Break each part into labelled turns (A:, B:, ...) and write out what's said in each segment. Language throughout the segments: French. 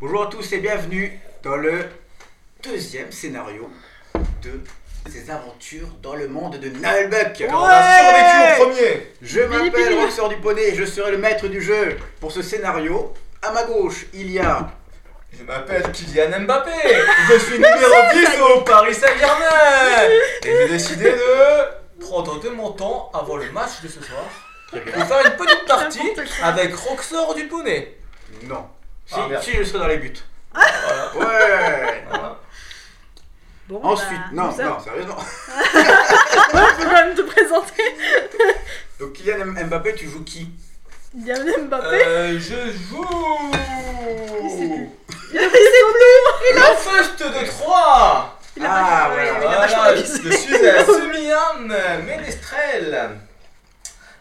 A: Bonjour à tous et bienvenue dans le deuxième scénario de ces aventures dans le monde de Nullbuck.
B: On a survécu au premier
A: Je m'appelle Roxor du Poney et je serai le maître du jeu pour ce scénario. À ma gauche, il y a
B: Je m'appelle Kylian Mbappé Je suis numéro 10 au Paris Saint-Germain Et j'ai décidé de prendre de mon temps avant le match de ce soir pour faire une petite partie avec Roxor du Poney.
A: non. Si,
B: Ah, merde.
A: si, je serai dans les buts.
B: Voilà.
A: Ouais.
B: Voilà.
C: Bon,
A: Ensuite,
C: bah,
A: non,
C: nous sommes-
A: non, sérieusement.
C: On peut quand même te présenter.
A: Donc Kylian M- Mbappé, tu joues qui
C: Bienvenue Mbappé.
B: Euh, je joue le Fast de 3
C: Il a pas
A: Ah,
C: joué,
A: voilà,
C: il a pas
B: Voilà,
C: joué.
B: je suis un semi-âme ménestrel,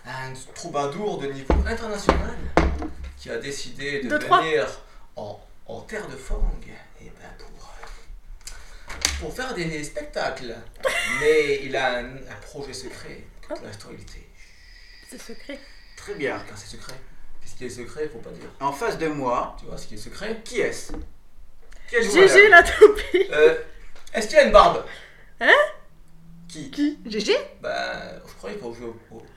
B: un troubadour de niveau international qui a décidé de,
C: De trois.
B: venir en, en terre de Fang et ben pour, pour faire des spectacles. Mais il a un, un projet secret que
C: Ah.
B: pour l'instant il était.
C: C'est secret.
A: Très bien.
B: Car c'est secret. Qu'est-ce qui est secret, faut pas dire.
A: En face de moi,
B: Tu vois ce qui est secret
A: qui est-ce
B: Quel
C: GG la toupie.
B: Euh, Est-ce qu'il a une barbe
A: Qui
C: Qui GG
B: Bah, je croyais qu'on jouait au. au-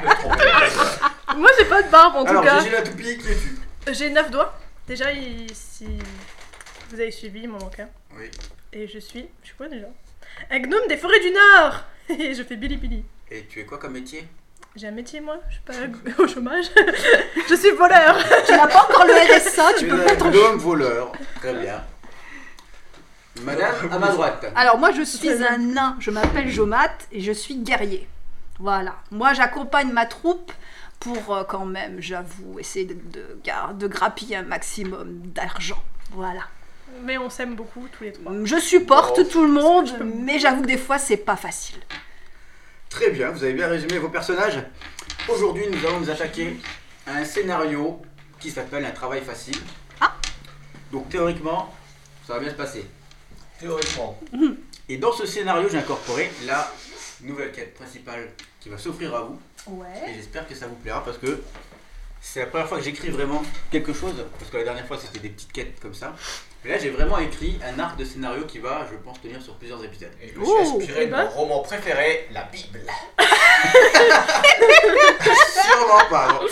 B: Yes. Me tromper.
C: Moi j'ai pas de barbe en
A: Alors,
C: tout cas.
A: j'ai la toupie, qui es-tu
C: J'ai 9 doigts. Déjà, il- si vous avez suivi, il m'en manque un.
A: Oui.
C: Et je suis. Je suis quoi déjà Un gnome des forêts du Nord Et je fais Billy Billy.
A: Et tu es quoi comme métier
C: J'ai un métier moi, je suis pas au chômage. je suis voleur.
D: Tu n'as pas encore le RSA, tu
A: Tu
D: peux
A: es
D: pas
A: un
D: t'en...
A: gnome voleur. Très bien. Madame, à ma droite.
D: Alors moi je suis un nain, je m'appelle Jomat et je suis guerrier. Voilà, moi j'accompagne ma troupe pour euh, quand même, j'avoue, essayer de, de, gar- de grappiller un maximum d'argent. Voilà.
C: Mais on s'aime beaucoup tous les trois.
D: Je supporte
A: Bon,
D: tout le monde,
C: je peux-
D: mais j'avoue que des fois c'est pas facile.
A: Très bien, vous avez bien résumé vos personnages. Aujourd'hui, nous allons nous attaquer à un scénario qui s'appelle un travail facile.
D: Ah.
A: Donc théoriquement, ça va bien se passer.
B: Théoriquement.
A: Et dans ce scénario, j'ai incorporé la nouvelle quête principale qui va s'offrir à vous.
D: Ouais.
A: Et j'espère que ça vous plaira parce que c'est la première fois que j'écris vraiment quelque chose. Parce que la dernière fois, c'était des petites quêtes comme ça. Mais là, j'ai vraiment écrit un arc de scénario qui va, je pense, tenir sur plusieurs épisodes.
B: Et je me
D: Oh,
B: suis inspiré
C: eh
B: de
C: ben.
B: mon roman préféré, la Bible.
A: Sûrement pas. Non.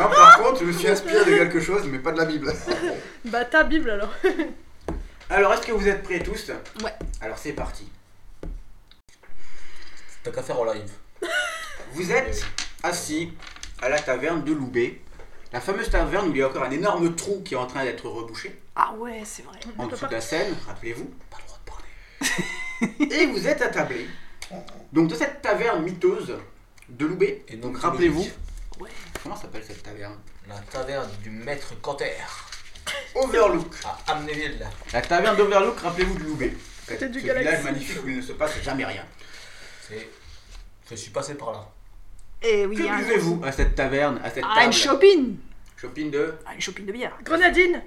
A: Non, par contre, je me suis inspiré de quelque chose, mais pas de la Bible.
C: Bah ta Bible alors.
A: Alors, est-ce que vous êtes prêts tous
D: Ouais.
A: Alors, c'est parti.
B: T'as qu'à faire en live.
A: Vous êtes assis à la taverne de Loubet. La fameuse taverne où il y a encore un énorme trou qui est en train d'être rebouché.
D: Ah ouais, c'est vrai.
A: En
C: On peut
A: dessous
C: pas.
A: de la scène, rappelez-vous. Pas le droit de parler. Et vous êtes attablés. Donc, de cette taverne miteuse de Loubet.
B: Et non
A: Donc, rappelez-vous.
D: Ouais.
A: Comment s'appelle cette taverne
B: La taverne du maître Canter
A: Overlook.
B: à Amnéville.
A: La taverne d'Overlook, rappelez-vous de Loubet.
C: C'était du
A: Ce
C: Galaxy.
A: village magnifique où il ne se passe jamais rien.
B: C'est. Je suis passé par là.
D: Et oui, il y a
A: Que
D: un-
A: buvez-vous à cette taverne, à cette
D: Ah, une
A: table
D: shopping
A: Shopping de...
D: Ah, Une shopping de bière.
C: Grenadine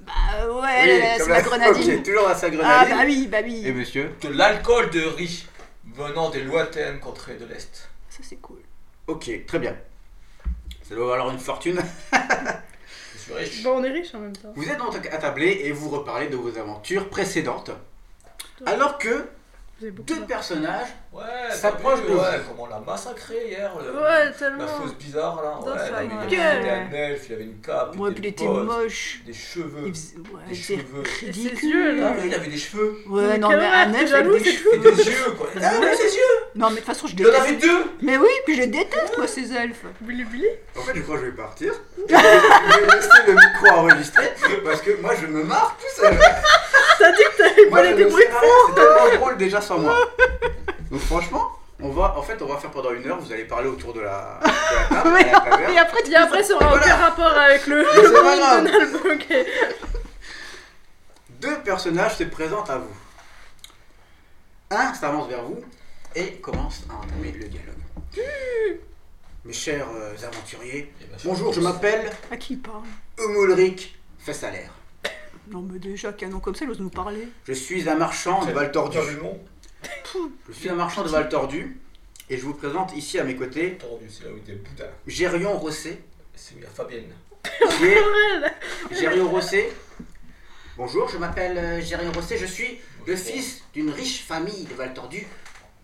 D: Bah ouais,
A: comme
D: c'est la grenadine.
A: Ok, toujours à sa
D: Ah
A: grenadine.
D: bah oui, bah
A: Et
D: oui.
A: monsieur
B: De l'alcool de riz venant des lointaines contrées de l'Est.
D: Ça c'est cool.
A: Ok, très bien. Ça doit valoir une fortune.
B: Je suis riche.
C: Bon, on est riche en même temps.
A: Vous êtes donc attablés et vous reparlez de vos aventures précédentes. Alors que
C: Vous avez beaucoup
A: deux personnages...
B: Ouais,
A: Ça
B: t'as
A: proche
B: vu,
A: de
B: ouais,
A: vous.
B: comment on l'a massacré hier. le-
C: Ouais,
B: La
C: tellement.
B: fausse bizarre là.
C: Dans sa
B: Ouais, non, mais il
D: gueule.
B: était un elfe, il avait une cape.
D: Ouais, puis il
B: des
D: était
B: bottes,
D: moche.
B: Des cheveux.
D: Il faisait...
A: Euh.
D: Ouais,
B: Des
D: c'est
B: cheveux.
C: Et ses
D: ridicule.
C: yeux,
B: Ah,
C: là.
B: mais il avait des cheveux.
D: Ouais,
C: Mais
D: non,
C: quel
D: mais
C: horreur,
D: un
C: t'es
D: elfe
C: jaloux,
D: avec des
C: c'est
D: cheveux.
B: Et des yeux quoi. Ah, mais ses yeux
D: Non, mais de toute façon, je
B: Il en
D: déteste.
B: avait deux
D: Mais oui, puis je les déteste, moi, ces elfes.
C: Billy Billy
A: En fait, je crois que je vais partir. je vais laisser le micro enregistré parce que moi, je me marre tout seul.
C: T'as dit que t'avais
A: Moi,
C: volé
A: je
C: des
A: ne
C: bruits
A: sais rien, C'est tellement drôle déjà sans moi. Donc franchement, on va, en fait, on va faire pendant une heure. Vous allez parler autour de la, de la table, à la taverne.
D: Et après, tu
C: Et après, ça aura
A: Voilà.
C: aucun rapport avec le,
A: c'est
C: le
A: pas
C: monde de
A: grave.
C: Nalbo, ok.
A: Deux personnages se présentent à vous. Un s'avance vers vous et commence à entamer le dialogue. Mes chers euh, aventuriers,
B: Eh ben,
A: bonjour, je m'appelle
D: À qui il parle
A: Eumolric Fessalaire.
D: Non, mais déjà, qu'un nom comme ça, il ose nous parler.
A: Je suis un marchand de Val Tordu.
B: Tordu. nom
A: Je suis un marchand de Val Tordu et je vous présente ici à mes côtés
B: Tordu, c'est là où était Bouddha.
A: Gérion Rosset,
B: C'est où il y a Fabienne.
A: qui est
C: Aurel
A: Gério Rosset. Bonjour, je m'appelle euh, Gério Rosset, je suis le fils d'une riche famille de Valtordu,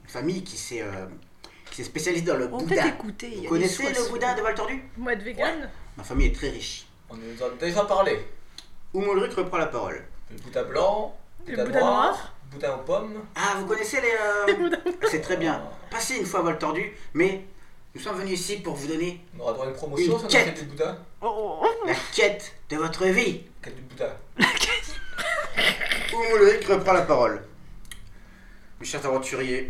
A: une famille qui s'est euh, qui s'est spécialisée dans le
D: On peut
A: boudin.
D: écouter. il y a
A: Vous
D: des
A: connaissez le
D: soissons.
A: boudin de Valtordu
C: Moi être vegan
A: Ma famille est très riche.
B: On nous en a déjà parlé.
A: Oumolric reprend la parole.
B: Le boudin blanc,
C: Le boudin noir
B: boudin aux pommes.
A: Ah, vous connaissez les... euh,
C: boudins.
A: C'est très bien. Passez une fois Valtordu, mais nous sommes venus ici pour vous donner
B: On aura droit à une promotion
A: Une
B: si on
A: quête.
B: achète du boudin.
D: Oh,
A: la quête de votre vie.
B: Quête du boudin.
A: Oumolric reprend la parole. Mes chers aventuriers,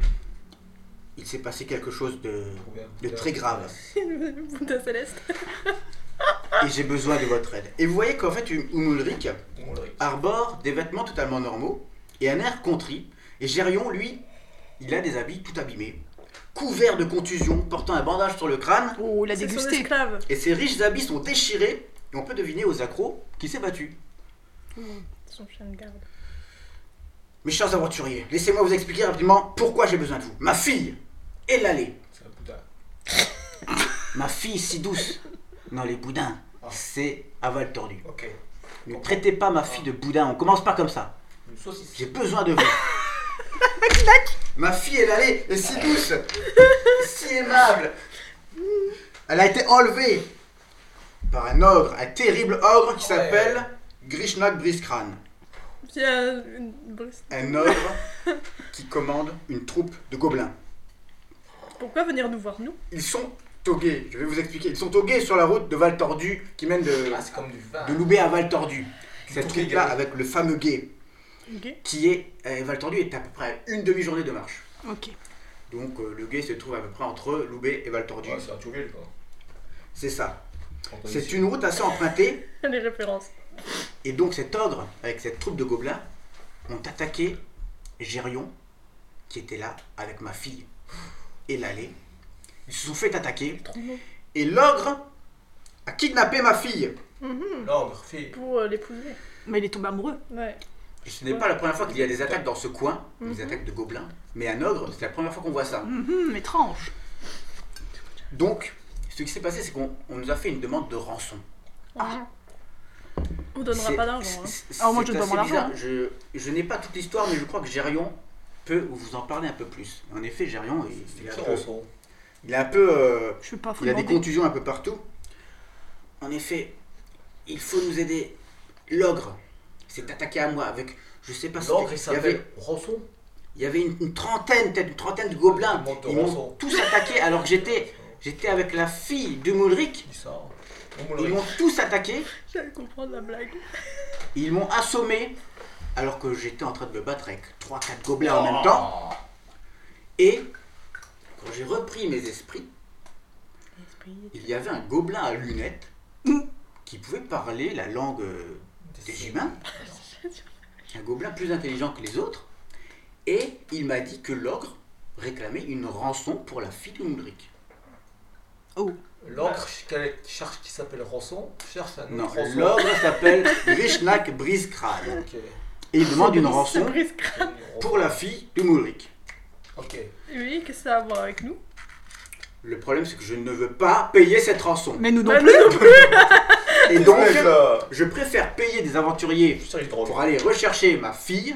A: il s'est passé quelque chose de,
B: Trouver un
A: de
B: boudin.
A: très grave.
C: Le boudin céleste.
A: et j'ai besoin de votre aide. Et vous voyez qu'en fait, Umulric
B: On le rit.
A: arbore des vêtements totalement normaux et un air contrit. Et Gérion, lui, il a des habits tout abîmés, couverts de contusions, portant un bandage sur le crâne.
D: oh, il a
C: C'est son
D: dégusté.
C: esclave.
A: Et ses riches habits sont déchirés. Et on peut deviner aux accros qui s'est battu.
C: Son chien de garde.
A: Mes chers aventuriers, laissez-moi vous expliquer rapidement pourquoi j'ai besoin de vous. Ma fille est l'allée.
B: C'est un boudin.
A: Ma fille si douce. Non, les boudins, c'est aval tordu.
B: Ok.
A: Ne traitez pas ma fille de boudin, on commence pas comme ça.
B: Une saucisse.
A: J'ai besoin de vous. Ma fille, elle allait, est si douce, si aimable. Elle a été enlevée par un ogre, un terrible ogre qui
B: Ouais.
A: s'appelle Grishnak Briskran.
C: Il y a une bruce.
A: Un ogre qui commande une troupe de gobelins.
C: Pourquoi venir nous voir, nous
A: Ils sont togués, je vais vous expliquer. Ils sont togués sur la route de Val Tordu qui mène de,
B: Ah, c'est comme du vin.
A: de Loubet à Val Tordu.
B: Du
A: Cette
B: toqué
A: troupe-là
B: galé.
A: avec le fameux guet
C: Ok.
A: qui est. euh, Val Tordu est à peu près une demi-journée de marche.
D: Ok.
A: Donc euh, le guet se trouve à peu près entre Loubet et Val Tordu.
B: Ouais, c'est un Tourville, quoi.
A: C'est ça.
B: Quand on
A: C'est
B: dit-
A: une route assez empruntée,
C: Les références.
A: et donc cet ogre, avec cette troupe de gobelins, ont attaqué Gérion, qui était là avec ma fille, et l'allée. Ils se sont fait attaquer,
C: Trop bon.
A: et l'ogre a kidnappé ma fille.
C: Mhm.
B: L'ogre, fille.
C: Pour euh, l'épouser.
D: Mais il est tombé amoureux.
C: Ouais.
A: Et ce n'est pas la première fois qu'il y a des attaques dans ce coin, des
C: Mhm.
A: attaques de gobelins, mais un ogre, c'est la première fois qu'on voit ça.
D: Mhm, étrange.
A: Donc, ce qui s'est passé, c'est qu'on on nous a fait une demande de rançon.
D: Ah.
C: On donnera
A: C'est-
C: pas d'argent. hein.
A: c'est-
D: Ah, moi,
A: c'est
D: je donne
A: assez
D: mon
A: bizarre.
D: argent.
A: Je, je n'ai pas toute l'histoire, mais je crois que Gérion peut vous en parler un peu plus. En effet, Gérion, il, il est un peu, il est un peu, euh,
D: Je sais pas, faut
A: il a des
D: demander.
A: contusions un peu partout. En effet, il faut nous aider. L'ogre s'est attaqué à moi avec, je sais pas si
B: L'ogre, il
A: il y avait,
B: s'appelle Ranson.
A: il y avait une, une trentaine, peut-être une trentaine de gobelins.
B: Il monte de
A: Ils m'ont
B: rançon.
A: tous attaqué alors que j'étais, j'étais avec la fille de Moulric.
B: Qui ça hein On me
A: Ils
B: le
A: m'ont
B: rit.
A: tous attaqué.
C: J'allais comprendre la blague.
A: Ils m'ont assommé alors que j'étais en train de me battre avec 3-4 gobelins en même temps.
B: Ah,
A: Et quand j'ai repris mes esprits,
C: Esprit.
A: il y avait un gobelin à lunettes
D: Mm.
A: qui pouvait parler la langue euh, des humains, un gobelin plus intelligent que les autres, et il m'a dit que l'ogre réclamait une rançon pour la fille de Mundric.
D: Oh.
B: L'ogre qu'elle cherche qui s'appelle Ranson cherche un
A: Non,
B: autre Ranson.
A: l'ogre s'appelle Grishnak Briskral
B: Ok.
A: et il demande une
C: C'est
A: rançon
C: brise crâne.
A: pour la fille de Mundric.
B: Ok.
C: Oui, qu'est-ce que ça a à voir avec nous
A: Le problème, c'est que je ne veux pas payer cette rançon.
D: Mais nous non
C: Bah,
D: plus.
C: nous non plus.
A: Et donc,
B: là
A: je préfère payer des aventuriers
B: Putain, il drogue.
A: pour aller rechercher ma fille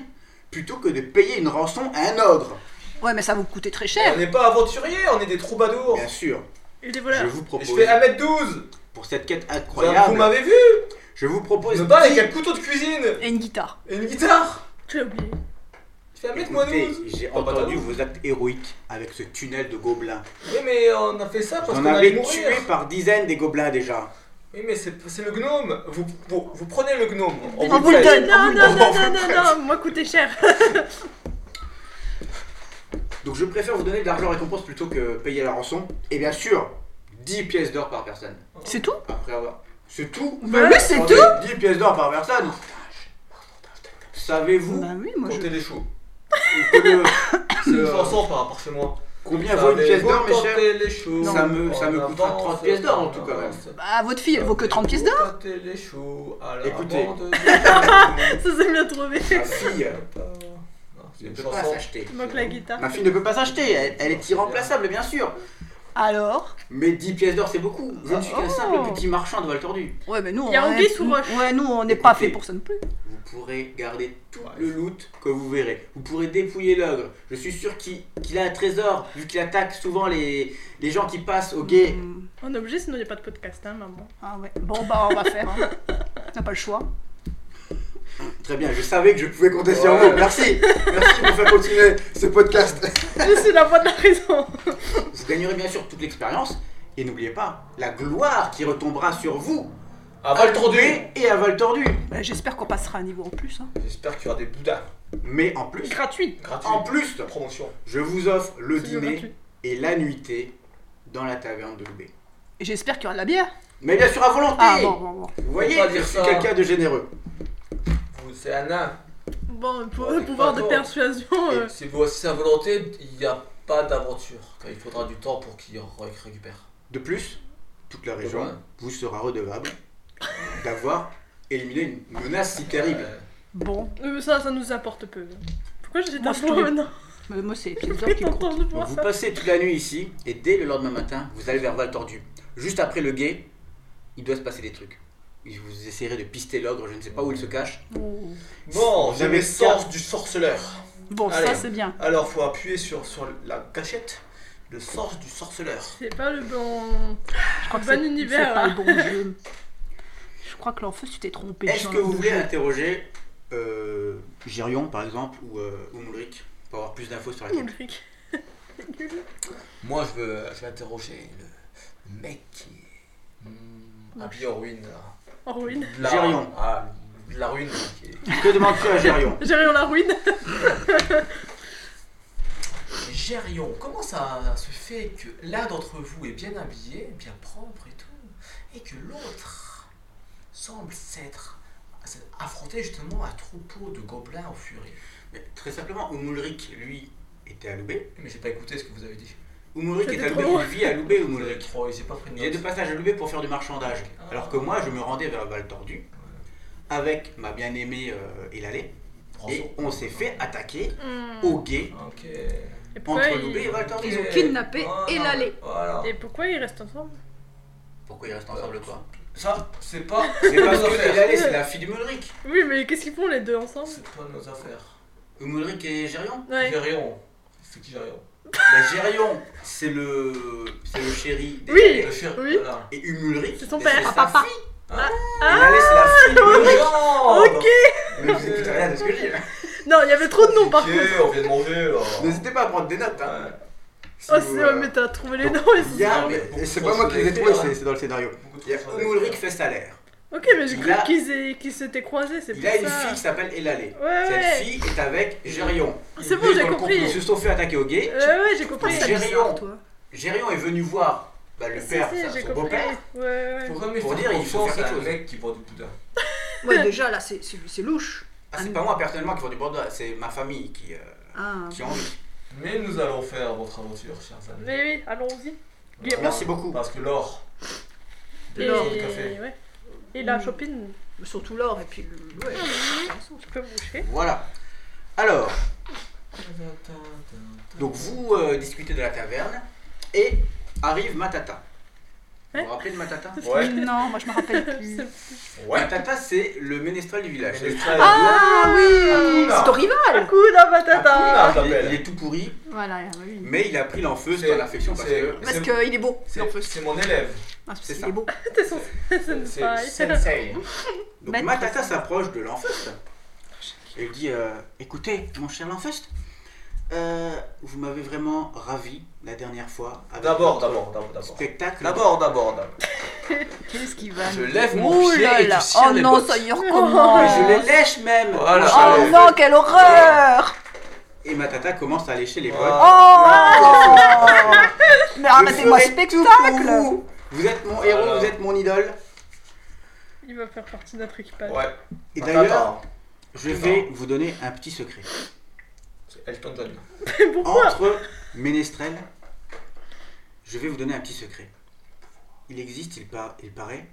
A: plutôt que de payer une rançon à un ogre.
D: Ouais, mais ça va vous coûter très
B: On
D: cher.
B: n'est pas aventuriers, on est des troubadours.
A: Bien sûr,
C: Et des
A: je
C: voleurs.
A: vous
B: Et je
A: propose,
B: fais 1m12
A: pour cette quête
B: Vous
A: incroyable,
B: m'avez vu
A: je vous propose
B: Je me bats avec
A: dix-
B: un couteau de cuisine
A: Euh,
D: Et une guitare.
B: et une guitare
C: J'ai oublié.
B: Je fais 1m moins
A: Écoutez,
B: 12
A: j'ai
B: Pas
A: entendu
B: grave.
A: vos actes héroïques avec ce tunnel de gobelins.
B: Oui, mais on a fait ça
A: Vous
B: parce
A: en
B: qu'on allait
A: avez
B: mourir.
A: tué par dizaines des gobelins déjà.
B: Oui, mais c'est c'est le gnome. Vous, vous, vous prenez le gnome. On
D: On vous le
B: prête.
D: donne.
C: Non, non,
B: Oh,
C: non,
B: vous
C: non, non,
B: prête.
C: non, moi coûté cher.
A: Donc je préfère vous donner de l'argent récompense plutôt que payer la rançon. Et bien sûr, 10 pièces d'or par personne.
D: C'est tout
A: Après avoir... C'est tout
D: Bah oui, c'est
A: Attendez,
D: tout
A: 10 pièces d'or par personne
B: Ah,
A: Savez-vous
D: Bah oui, moi je.
B: Comptez les choux.
A: que-
B: C'est une
A: euh,
B: chanson par rapport chez moi.
A: combien vaut une pièce d'or, mes chers
B: Comptez les choux.
A: Ça me- ça
B: On
A: me coûtera
B: avance,
A: 30 pièces d'or, en
B: on
A: tout cas,
B: avance.
D: Bah, votre fille, elle vaut que 30 pièces d'or.
B: Comptez les choux à la
A: Écoutez.
B: bande.
C: Ça s'est bien trouvé.
A: Ma fille
B: Euh, Non, c'est
A: ne
B: une
A: peut pas
B: chanson.
A: s'acheter.
C: Il manque la guitare.
A: Ma fille ne peut pas s'acheter, elle, elle est irremplaçable, bien sûr.
D: Alors
A: Mais 10 pièces d'or, c'est beaucoup. Je ne suis qu'un
C: Oh.
A: simple petit marchand de val tordu.
D: Ouais, mais nous,
C: Y a
D: on
C: anguille
D: est-
C: sous roche.
D: Ouais, nous, on n'est pas
A: Écoutez.
D: fait pour ça non plus.
A: Vous pourrez garder tout le loot que vous verrez. Vous pourrez dépouiller l'ogre. Je suis sûr qu'il qu'il a un trésor, vu qu'il attaque souvent les, les gens qui passent au guet.
D: Hmm.
C: On est obligé, sinon il n'y a pas de podcast, hein, maman.
D: Ah ouais. Bon, bah, on va faire. hein. On n'a pas le choix.
A: Très bien, je savais que je pouvais compter sur
B: Ouais.
A: vous. Merci. Merci de me faire continuer ce podcast.
C: Je suis la voix de la raison.
A: Vous gagnerez bien sûr toute l'expérience. Et n'oubliez pas, la gloire qui retombera sur vous.
B: À Val
D: Ah.
B: Tordu
A: et à Val Tordu.
D: Bah, J'espère qu'on passera un niveau en plus. hein.
B: J'espère qu'il y aura des boudins
A: Mais en plus,
C: Gratuit.
B: gratuits.
A: en plus,
B: La promotion.
A: je vous offre le
C: C'est le
A: dîner
C: gratuit.
A: et la nuitée dans la taverne de Loubet.
D: Et J'espère qu'il y aura de la bière.
A: Mais bien sûr à volonté.
D: Ah bon, bon, bon.
A: Vous voyez,
B: Faut pas
A: je
B: dire
A: suis
B: ça.
A: quelqu'un de généreux.
B: Vous- C'est un nain.
C: Bon, pour
B: Bon,
C: le pouvoir de
B: pardon.
C: persuasion, euh,
B: Et Si vous voici sa volonté, il n'y a pas d'aventure. car Il faudra du temps pour qu'il ré- récupère.
A: De plus, toute la région
B: Ouais.
A: vous sera redevable d'avoir éliminé une menace si terrible.
B: Euh,
D: Bon,
C: euh, ça, ça nous apporte peu. Pourquoi j'étais
D: Moi,
C: dans
D: je
C: le
D: te-
C: maintenant
D: mais moi, c'est
C: J'ai
D: c'est les
C: pris
D: heures qui
C: ton temps
D: comptent.
C: de
A: Donc
C: voir
A: vous
C: ça.
A: passez toute la nuit ici et dès le lendemain matin, vous allez vers Val Tordu. Juste après le guet, il doit se passer des trucs. Vous essayerez de pister l'ogre, je ne sais pas où il se cache.
D: Ouh.
B: Bon,
A: Vous
B: j'ai
A: avez
B: mes sens
A: quatre.
B: du sorceleur.
D: Bon, ça,
B: Allez.
D: c'est bien.
B: Alors, faut appuyer sur, sur la cachette. Le sens du sorceleur.
C: C'est pas le bon.
D: Je crois que
C: Bon
D: c'est-
C: univers,
D: C'est pas
C: hein.
D: le bon jeu. Je crois que l'enfeu, tu t'es trompé.
A: Est-ce
D: genre
A: que vous
D: de
A: voulez
D: jeu.
A: interroger euh, Girion par exemple ou, euh, ou Moulric pour avoir plus d'infos sur la quête
C: Ulrich.
B: Moi, je veux, je vais interroger le le mec qui est hmm, habillé en ruine. là.
C: En ruine.
B: De La,
A: Gérion.
B: Ah, de la ruine. qui est-
A: Que demandes-tu à Gérion
C: J'ai rien la ruine.
B: Gérion, comment ça se fait que l'un d'entre vous est bien habillé, bien propre et tout, et que l'autre semble s'être s'être affronté justement un troupeau de gobelins en furie
A: Mais Très simplement, Moulric, lui, était à Loubet.
B: Mais j'ai pas écouté ce que vous avez dit.
A: Moulric est
C: C'était
A: à Loubet,
C: trop.
A: il vit à Loubet,
B: Vous avez
A: Moulric.
B: trop, j'ai pas pris de
A: Il est de
B: notes.
A: passage à Loubet pour faire du marchandage. Alors que moi, je me rendais vers Val Tordu avec ma bien-aimée euh, Elalé. Et
B: Rançon.
A: on s'est fait attaquer
C: Hmm.
A: au guet
B: Ok.
C: Et pourquoi,
A: entre Loubet et
C: ils...
A: Val Tordu.
D: Ils ont kidnappé
B: Voilà,
D: et l'allée.
B: Voilà.
C: Et pourquoi ils restent ensemble
A: Pourquoi ils restent ensemble quoi
B: Ça, c'est pas.
A: C'est parce
B: nos
A: que
B: affaires.
A: Elalé, c'est la fille de Moulric.
C: Oui, mais qu'est-ce qu'ils font les deux ensemble
B: C'est pas nos affaires.
A: Moulric et Gérion
C: Ouais.
B: Gérion. C'est qui Gérion
A: Bah, Gérion, c'est le... c'est le chéri
C: Oui.
A: d'Elalé.
B: Le chien.
C: Oui.
B: Voilà.
A: Et Umulric,
C: C'est son
A: bah,
C: père.
A: sa
D: Ah, papa.
A: fille.
B: Ah.
A: Elalé, c'est la fille de Moulric.
B: Ok.
A: Mais vous écoutez rien de ce que je dis. là.
C: Non, il y avait trop de noms par
B: Ok,
C: contre.
B: on vient de manger là.
A: N'hésitez pas à prendre des notes. Hein,
B: Ouais,
A: si
C: Oh,
A: vous,
C: c'est
A: euh,
C: mais t'as trouvé les noms et
A: il y
C: c'est
A: a-
C: ça.
A: mais-
B: Ouais.
A: C'est pas moi qui les ai trouvés, c'est- c'est dans le scénario.
B: beaucoup de
A: Il y a
B: choses à
A: Umulric
B: faire.
A: fait salaire.
C: Ok, mais j'ai
A: Il
C: cru
A: a-
C: qu'ils aient- qu'ils s'étaient croisés, c'est
A: Il
C: pour
A: a une
C: ça.
A: fille qui s'appelle Elalé.
C: Ouais,
A: Cette
C: ouais.
A: fille est avec Gérion.
C: C'est bon,
A: Ils
C: j'ai
A: ont le
C: compris.
A: complot. Ils se sont fait attaquer au guet.
C: Ouais, ouais, j'ai
D: Pourquoi
C: compris.
A: Mais
D: c'est
A: Gérion.
D: bizarre, toi
A: Gérion est venu voir bah, le
C: Si,
A: père,
C: si,
A: ça,
C: j'ai
A: son
C: compris.
A: beau-père.
C: Ouais, ouais.
B: Faut jamais
A: Pour
B: faire
A: dire, il faut
B: confiance
A: faire
B: à
A: quelque
B: un
A: chose.
B: mec qui vend du boudin.
D: Ouais, déjà, là, c'est- c'est c'est louche.
A: Ah, c'est pas moi personnellement qui vend du Bordeaux, c'est ma famille qui, euh,
D: Ah,
A: qui en vit.
B: Mais nous allons faire votre aventure, chers amis.
C: Mais oui, allons-y. Guérin.
A: Merci beaucoup.
B: Parce que l'or.
C: Et,
B: L'or du café.
C: ouais. et la
D: Mm.
C: chopine,
D: surtout l'or et puis le. Ouais.
C: je peux boucher.
A: Voilà. Alors, donc vous euh, discutez de la taverne et arrive Matata. Vous
C: Ouais.
A: vous rappelez de Matata
B: Ouais.
D: Non, moi je me rappelle plus.
C: C'est-
B: Ouais.
A: Matata, c'est le ménestrel du village.
B: Mais
A: Il,
B: ça,
D: Ah oui
B: Akuna.
D: C'est ton rival
C: Hakuna Matata
B: Hakuna. ça s'appelle.
A: est- il est tout pourri,
D: Voilà, oui.
A: mais il a pris l'enfeu, c'est ton affection parce
B: c'est-
A: que.
D: Parce
B: c'est-
D: qu'il est beau.
B: c'est-
D: Non, parce
B: C'est mon élève.
D: qu'il
A: ça.
D: est beau.
C: T'es son
B: C'est
C: senpai.
B: Sensei.
A: Donc
D: Maître-
A: Matata s'approche de l'enfeste et lui dit euh, Écoutez, mon cher l'enfeste, euh, vous m'avez vraiment ravi la dernière fois. avec
B: D'abord,
A: votre
B: d'abord, d'abord, d'abord.
A: Spectacle.
B: D'abord, d'abord, d'abord.
D: Qu'est-ce qu'il va
B: Je
D: nous-
B: lève mon
D: Ouh
B: pied
D: là
B: et tu
D: là.
B: cires
D: Oh
B: les
D: non,
B: bottes.
D: ça y
A: Mais je les
D: recommence
A: lèche même
B: Voilà.
A: mon cher
D: Oh
B: Allez.
A: l'enfeste.
D: non, quelle horreur
A: Et Matata commence à lécher les
B: Voilà.
A: bottes.
D: Oh
A: Je
D: Mais rabattez-moi
A: ferai tout pour
D: spectacle
A: vous. Vous êtes mon héros,
B: Voilà.
A: vous êtes mon idole.
C: Il va faire partie de notre équipage.
B: Ouais.
A: Et
B: Attends,
A: d'ailleurs,
B: attends.
A: je vais vous donner un petit secret.
B: C'est Elton John.
C: Mais pourquoi
A: Entre Ménestrel, je vais vous donner un petit secret. Il existe, il, par- il paraît,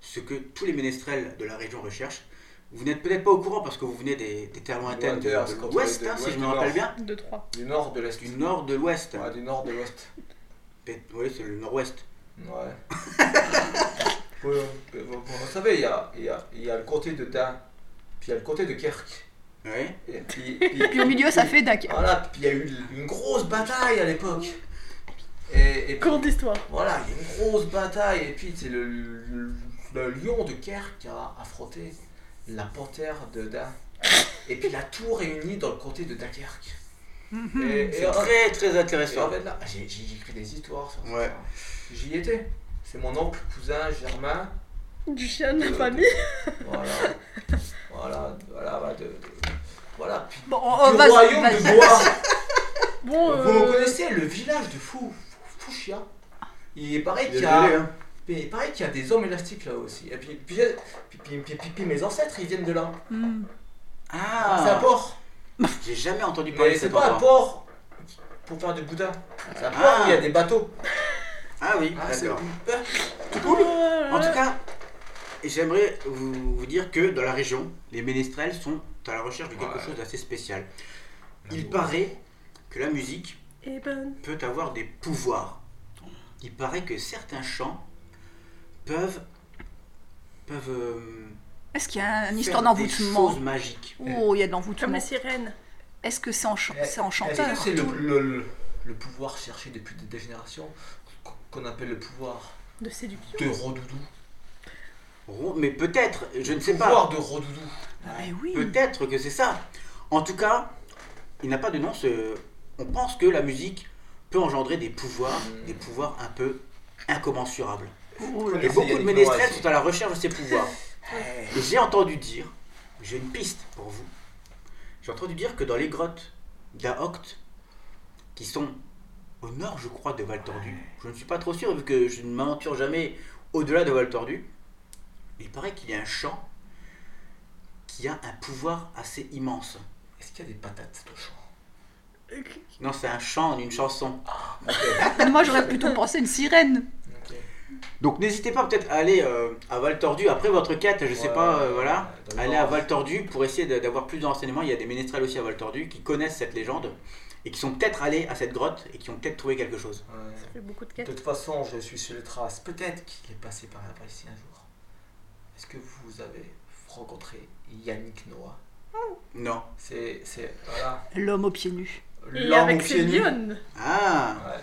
A: ce que tous les ménestrels de la région recherchent. Vous n'êtes peut-être pas au courant parce que vous venez des, des terres lointaines de,
B: Lointains,
A: de
B: quand on est
A: l'ouest,
B: de-
A: hein, si
B: ouais,
A: je
B: du
A: me rappelle
B: nord.
A: bien,
C: De 3.
B: Du nord, de l'est.
A: du nord de l'ouest.
B: Ouais, du nord, de l'ouest.
A: Pét- Oui, c'est le nord-ouest.
B: Ouais. Vous, vous- vous- vous savez, il y a, il y a- il y a le comté de Dain, puis il y a le comté de Kerk.
A: Oui.
B: Et puis,
D: Puis au milieu, ça fait Dakar.
B: Voilà, puis il y a eu une grosse bataille à l'époque. Et, et puis,
C: Cours d'histoire.
B: voilà, il y a eu une grosse bataille. Et puis, c'est le, le- le lion de Kerk a affronté la panthère de Dain. Et puis, la tour réunie dans le comté de Dunkerque. Et, et-
A: C'est très très
B: et en
A: intéressant.
B: fait, là, j'ai j'ai écrit des histoires sur ça.
A: Ouais.
B: J'y étais. C'est mon oncle, cousin, Germain.
C: Du chien de
B: Euh,
C: la famille.
B: Voilà. voilà, voilà, voilà, de- de- voilà. Puis,
D: Bon, on- on
B: le
D: va-
B: royaume
D: Oh, vas-y.
B: de Bois.
C: Bon,
B: Vous me
C: euh...
B: connaissez le village de Fou, Fou- Fuchsia Il est pareil qu'il y
A: Désolé,
B: a,
A: hein.
B: mais pareil qu'il y a des hommes élastiques là aussi. Et puis, puis, puis- puis- puis- puis- puis mes ancêtres, ils viennent de là.
D: Hmm.
B: C'est un
A: Ah,
B: port.
A: j'ai jamais entendu parler
B: Mais
A: de
B: c'est
A: cet
B: pas un
A: endroit.
B: port pour faire du boudin. C'est un port
A: Ah.
B: où il y a des bateaux.
A: Ah oui,
B: Ah, c'est-
A: d'accord.
C: euh,
A: En tout cas, j'aimerais vous, vous dire que dans la région, les ménestrels sont à la recherche de quelque
B: Ouais.
A: chose d'assez spécial. Il paraît que la musique
C: Eh ben,
A: peut avoir des pouvoirs. Il paraît que certains chants peuvent peuvent euh,
D: Est-ce qu'il y a une
A: faire
D: histoire
A: des
D: d'envoûtement
A: choses magiques.
D: Oh, il y a de
C: comme
D: l'envoûtement.
C: les sirènes.
D: Est-ce que c'est en, chan-
B: Eh,
D: c'est en
B: Est-ce
D: chanteur
B: que c'est le, le- le- le pouvoir cherché depuis des générations qu'on appelle le pouvoir
C: De séduction.
B: de Rodoudou
A: Ro- Mais peut-être, je ne sais
B: Le
A: pas.
B: pouvoir de Rodoudou.
D: Ah, mais oui.
A: Peut-être que c'est ça. En tout cas, il n'a pas de nom. ce- On pense que la musique peut engendrer des pouvoirs,
B: Mm.
A: des pouvoirs un peu incommensurables.
D: Oh,
A: Et
B: Connaissez
A: beaucoup de
B: Ah, Yannick
A: ménestrels
B: Noah,
A: sont à la recherche de ces pouvoirs.
B: Eh,
A: Et j'ai entendu dire, j'ai une piste pour vous. J'ai entendu dire que dans les grottes d'Aokt, qui sont au nord, je crois, de Val Tordu, je ne suis pas trop sûr vu que je ne m'aventure jamais au-delà de Val Tordu, il paraît qu'il y a un champ qui a un pouvoir assez immense.
B: Est-ce qu'il y a des patates de champ
C: Euh,
A: Non, c'est un chant, une chanson.
D: Moi, j'aurais plutôt pensé une sirène.
B: Ok.
A: Donc n'hésitez pas peut-être à aller euh, à Val Tordu après votre quête, je sais
B: Ouais,
A: pas, euh, voilà.
B: dans le
A: Allez
B: nord.
A: à Val Tordu pour essayer de- d'avoir plus de renseignements. Il y a des ménestrels aussi à Val Tordu qui connaissent cette légende et qui sont peut-être allés à cette grotte et qui ont peut-être trouvé quelque chose.
B: Ouais.
C: Ça fait beaucoup de
B: De
C: quêtes.
B: toute façon, je suis sur les traces. Peut-être qu'il est passé par là, par ici un jour. Est-ce que vous avez rencontré Yannick Noah
A: Non.
B: C'est, c'est, voilà,
D: L'homme aux pieds nus.
C: Et
B: l'homme
C: avec
B: au
C: ses
B: pied nu.
C: lionnes.
A: Ah
B: Ouais,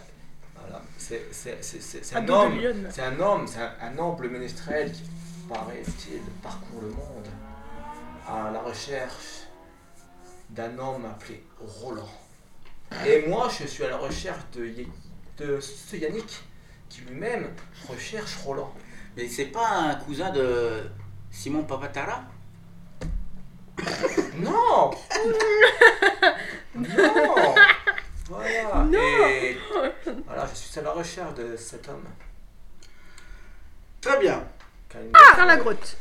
B: voilà. C'est, c'est, c'est, c'est, c'est
C: À
B: un
C: dos de
B: homme.
C: lionne.
B: C'est un homme, c'est un, un noble ménestrel qui, paraît-il, parcourt le monde à la recherche d'un homme appelé Roland. Et moi, je suis à la recherche de, Ye- de ce Yannick qui lui-même recherche Roland.
A: Mais c'est pas un cousin de Simon Papatara
B: Non Non Voilà
C: Non
B: Et voilà, je suis à la recherche de cet homme.
A: Très bien.
B: qui a une-
C: Ah!
D: Faire la grotte.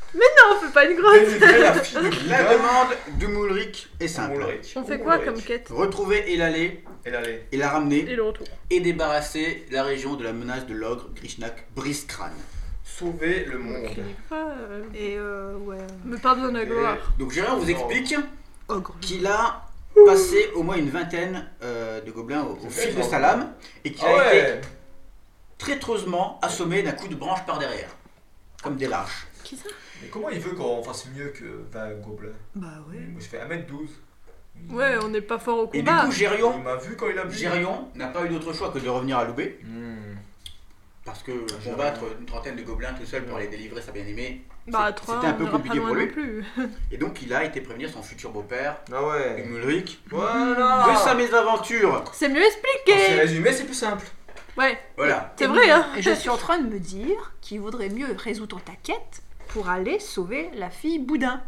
C: On fait pas une grosse.
B: Délivrer la fille de
A: La
B: Roland.
A: demande de Moulric est simple.
B: Moulric.
C: On fait quoi
B: Moulric.
C: comme quête
A: Retrouver Elalé
B: Et l'aller.
A: et la
C: Et
A: ramener
C: le retour.
A: et débarrasser la région de la menace de l'ogre Krishnak Briskrane.
B: Sauver le
C: Ok.
B: monde.
C: Ah, euh,
D: Et euh, ouais.
C: Mais pas besoin de
B: Et-
C: gloire.
A: Donc Gérard vous
B: Non.
A: explique
D: Ogre.
A: qu'il a passé au moins une vingtaine euh, de gobelins au, au fil de sa lame et qu'il
B: Ah
A: a été
B: ouais
A: traîtreusement assommé d'un coup de branche par derrière. Comme des lâches.
C: Qui ça
B: Mais comment il veut qu'on fasse mieux que 20 gobelins
D: Bah ouais.
B: Moi je fais 1m12.
C: Ouais, on n'est pas fort au
A: Et
C: combat.
A: du coup,
B: Il
A: Gérion,
B: m'a vu quand il a bu.
A: Gérion n'a pas eu d'autre choix que de revenir à Loubet,
B: Hmm.
A: parce que
B: Gérion.
A: combattre une trentaine de gobelins tout seul pour les délivrer, ça bien aimé.
C: bah,
A: c'est-
C: 3,
A: c'était un peu
C: on n'ira pas
A: compliqué
C: loin
A: pour lui.
C: non plus.
A: Et donc, il a été prévenir son futur beau-père,
B: Ah ouais.
A: Humulric,
B: Voilà
C: Ah.
A: de sa mésaventure.
C: C'est mieux
B: Quand c'est
C: expliqué.
B: résumé, c'est plus simple.
C: Ouais,
A: Voilà.
C: c'est vrai, hein.
D: Et je suis en train de me dire qu'il vaudrait mieux résoudre ta quête pour aller sauver la fille Boudin.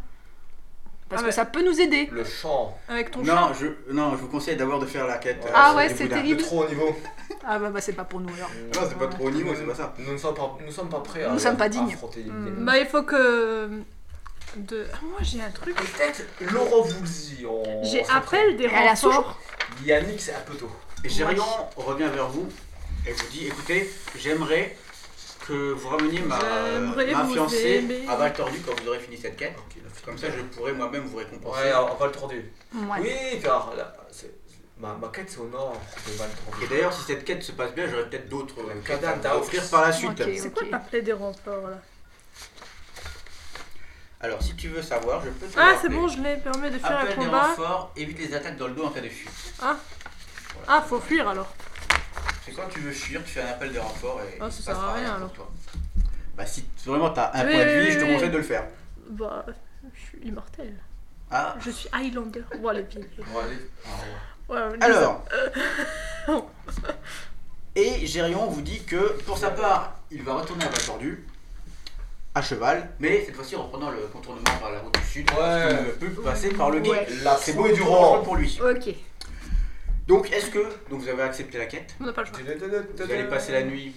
C: Ah
D: Parce que
C: ouais.
D: ça peut nous aider.
B: Le chant.
C: Avec ton chant.
A: Non je, non, je vous conseille d'abord de faire la quête.
D: Ah
A: euh,
D: ouais,
A: des
D: c'est
A: boudins.
B: De
D: terrible.
B: trop haut niveau.
D: Ah bah, bah, c'est pas pour nous alors.
A: Non, c'est pas trop au niveau, c'est pas ça.
B: Nous ne sommes pas, nous sommes pas prêts à
D: Nous sommes pas dignes.
B: affronter les
D: Hmm.
B: démons.
C: Bah, il faut que. De... Ah, moi j'ai un truc.
B: Peut-être Laurent Voulzy
A: Oh,
B: en...
C: J'ai après le des
D: Elle a son
C: renforts.
B: Yannick, c'est un peu tôt.
A: Et Gérion revient vers vous et vous dit écoutez, j'aimerais que vous rameniez ma,
C: J'aimerais
A: ma
C: vous
A: fiancée
C: aimer.
A: à Val Tordu quand vous aurez fini cette quête.
B: Ok, la fille.
A: Comme ça, je pourrais moi-même vous récompenser.
B: Ouais, on va le tourner.
D: Ouais.
B: Oui, car là, c'est- c'est- Ma, ma quête, c'est au nord. Je vais pas le trouver.
A: Et d'ailleurs, si cette quête se passe bien, j'aurai peut-être d'autres euh, quêtes à
B: Katana.
A: offrir par la suite.
D: Ok.
C: C'est quoi l'appeler des renforts là
A: Alors, si tu veux savoir, je peux te
C: Ah,
A: le
C: c'est
A: rappeler.
C: bon, je l'ai, permet de fuir le
A: Appelle des
C: combat.
A: renforts, évite les attaques dans le dos en cas de fuite.
C: Ah, faut fuir alors.
A: C'est quand tu veux fuir, tu fais un appel de renfort et.
C: Ah,
A: il
C: ça
A: se
C: sert à
A: passera
C: rien,
A: pour
C: alors.
A: toi. Bah, si t- vraiment t'as un
C: Oui,
A: point de
C: oui,
A: vie,
C: oui,
A: je te
C: oui.
A: conseille de le faire.
C: Bah, je suis immortel.
A: Ah,
C: Je suis Highlander. Ouah, les pieds.
B: Bon, allez. Au revoir.
C: Ouais, les-
A: alors. Et Gérion vous dit que, pour sa part, il va retourner à Vatordu, à cheval, mais cette fois-ci en prenant le contournement par la route du sud, parce qu'il ne peut plus passer par le gué.
D: Ouais.
A: Là, c'est beau et du rang pour lui.
D: Ok.
A: Donc, est-ce que donc vous avez accepté la quête
C: On n'a pas le choix.
A: Vous allez passer la nuit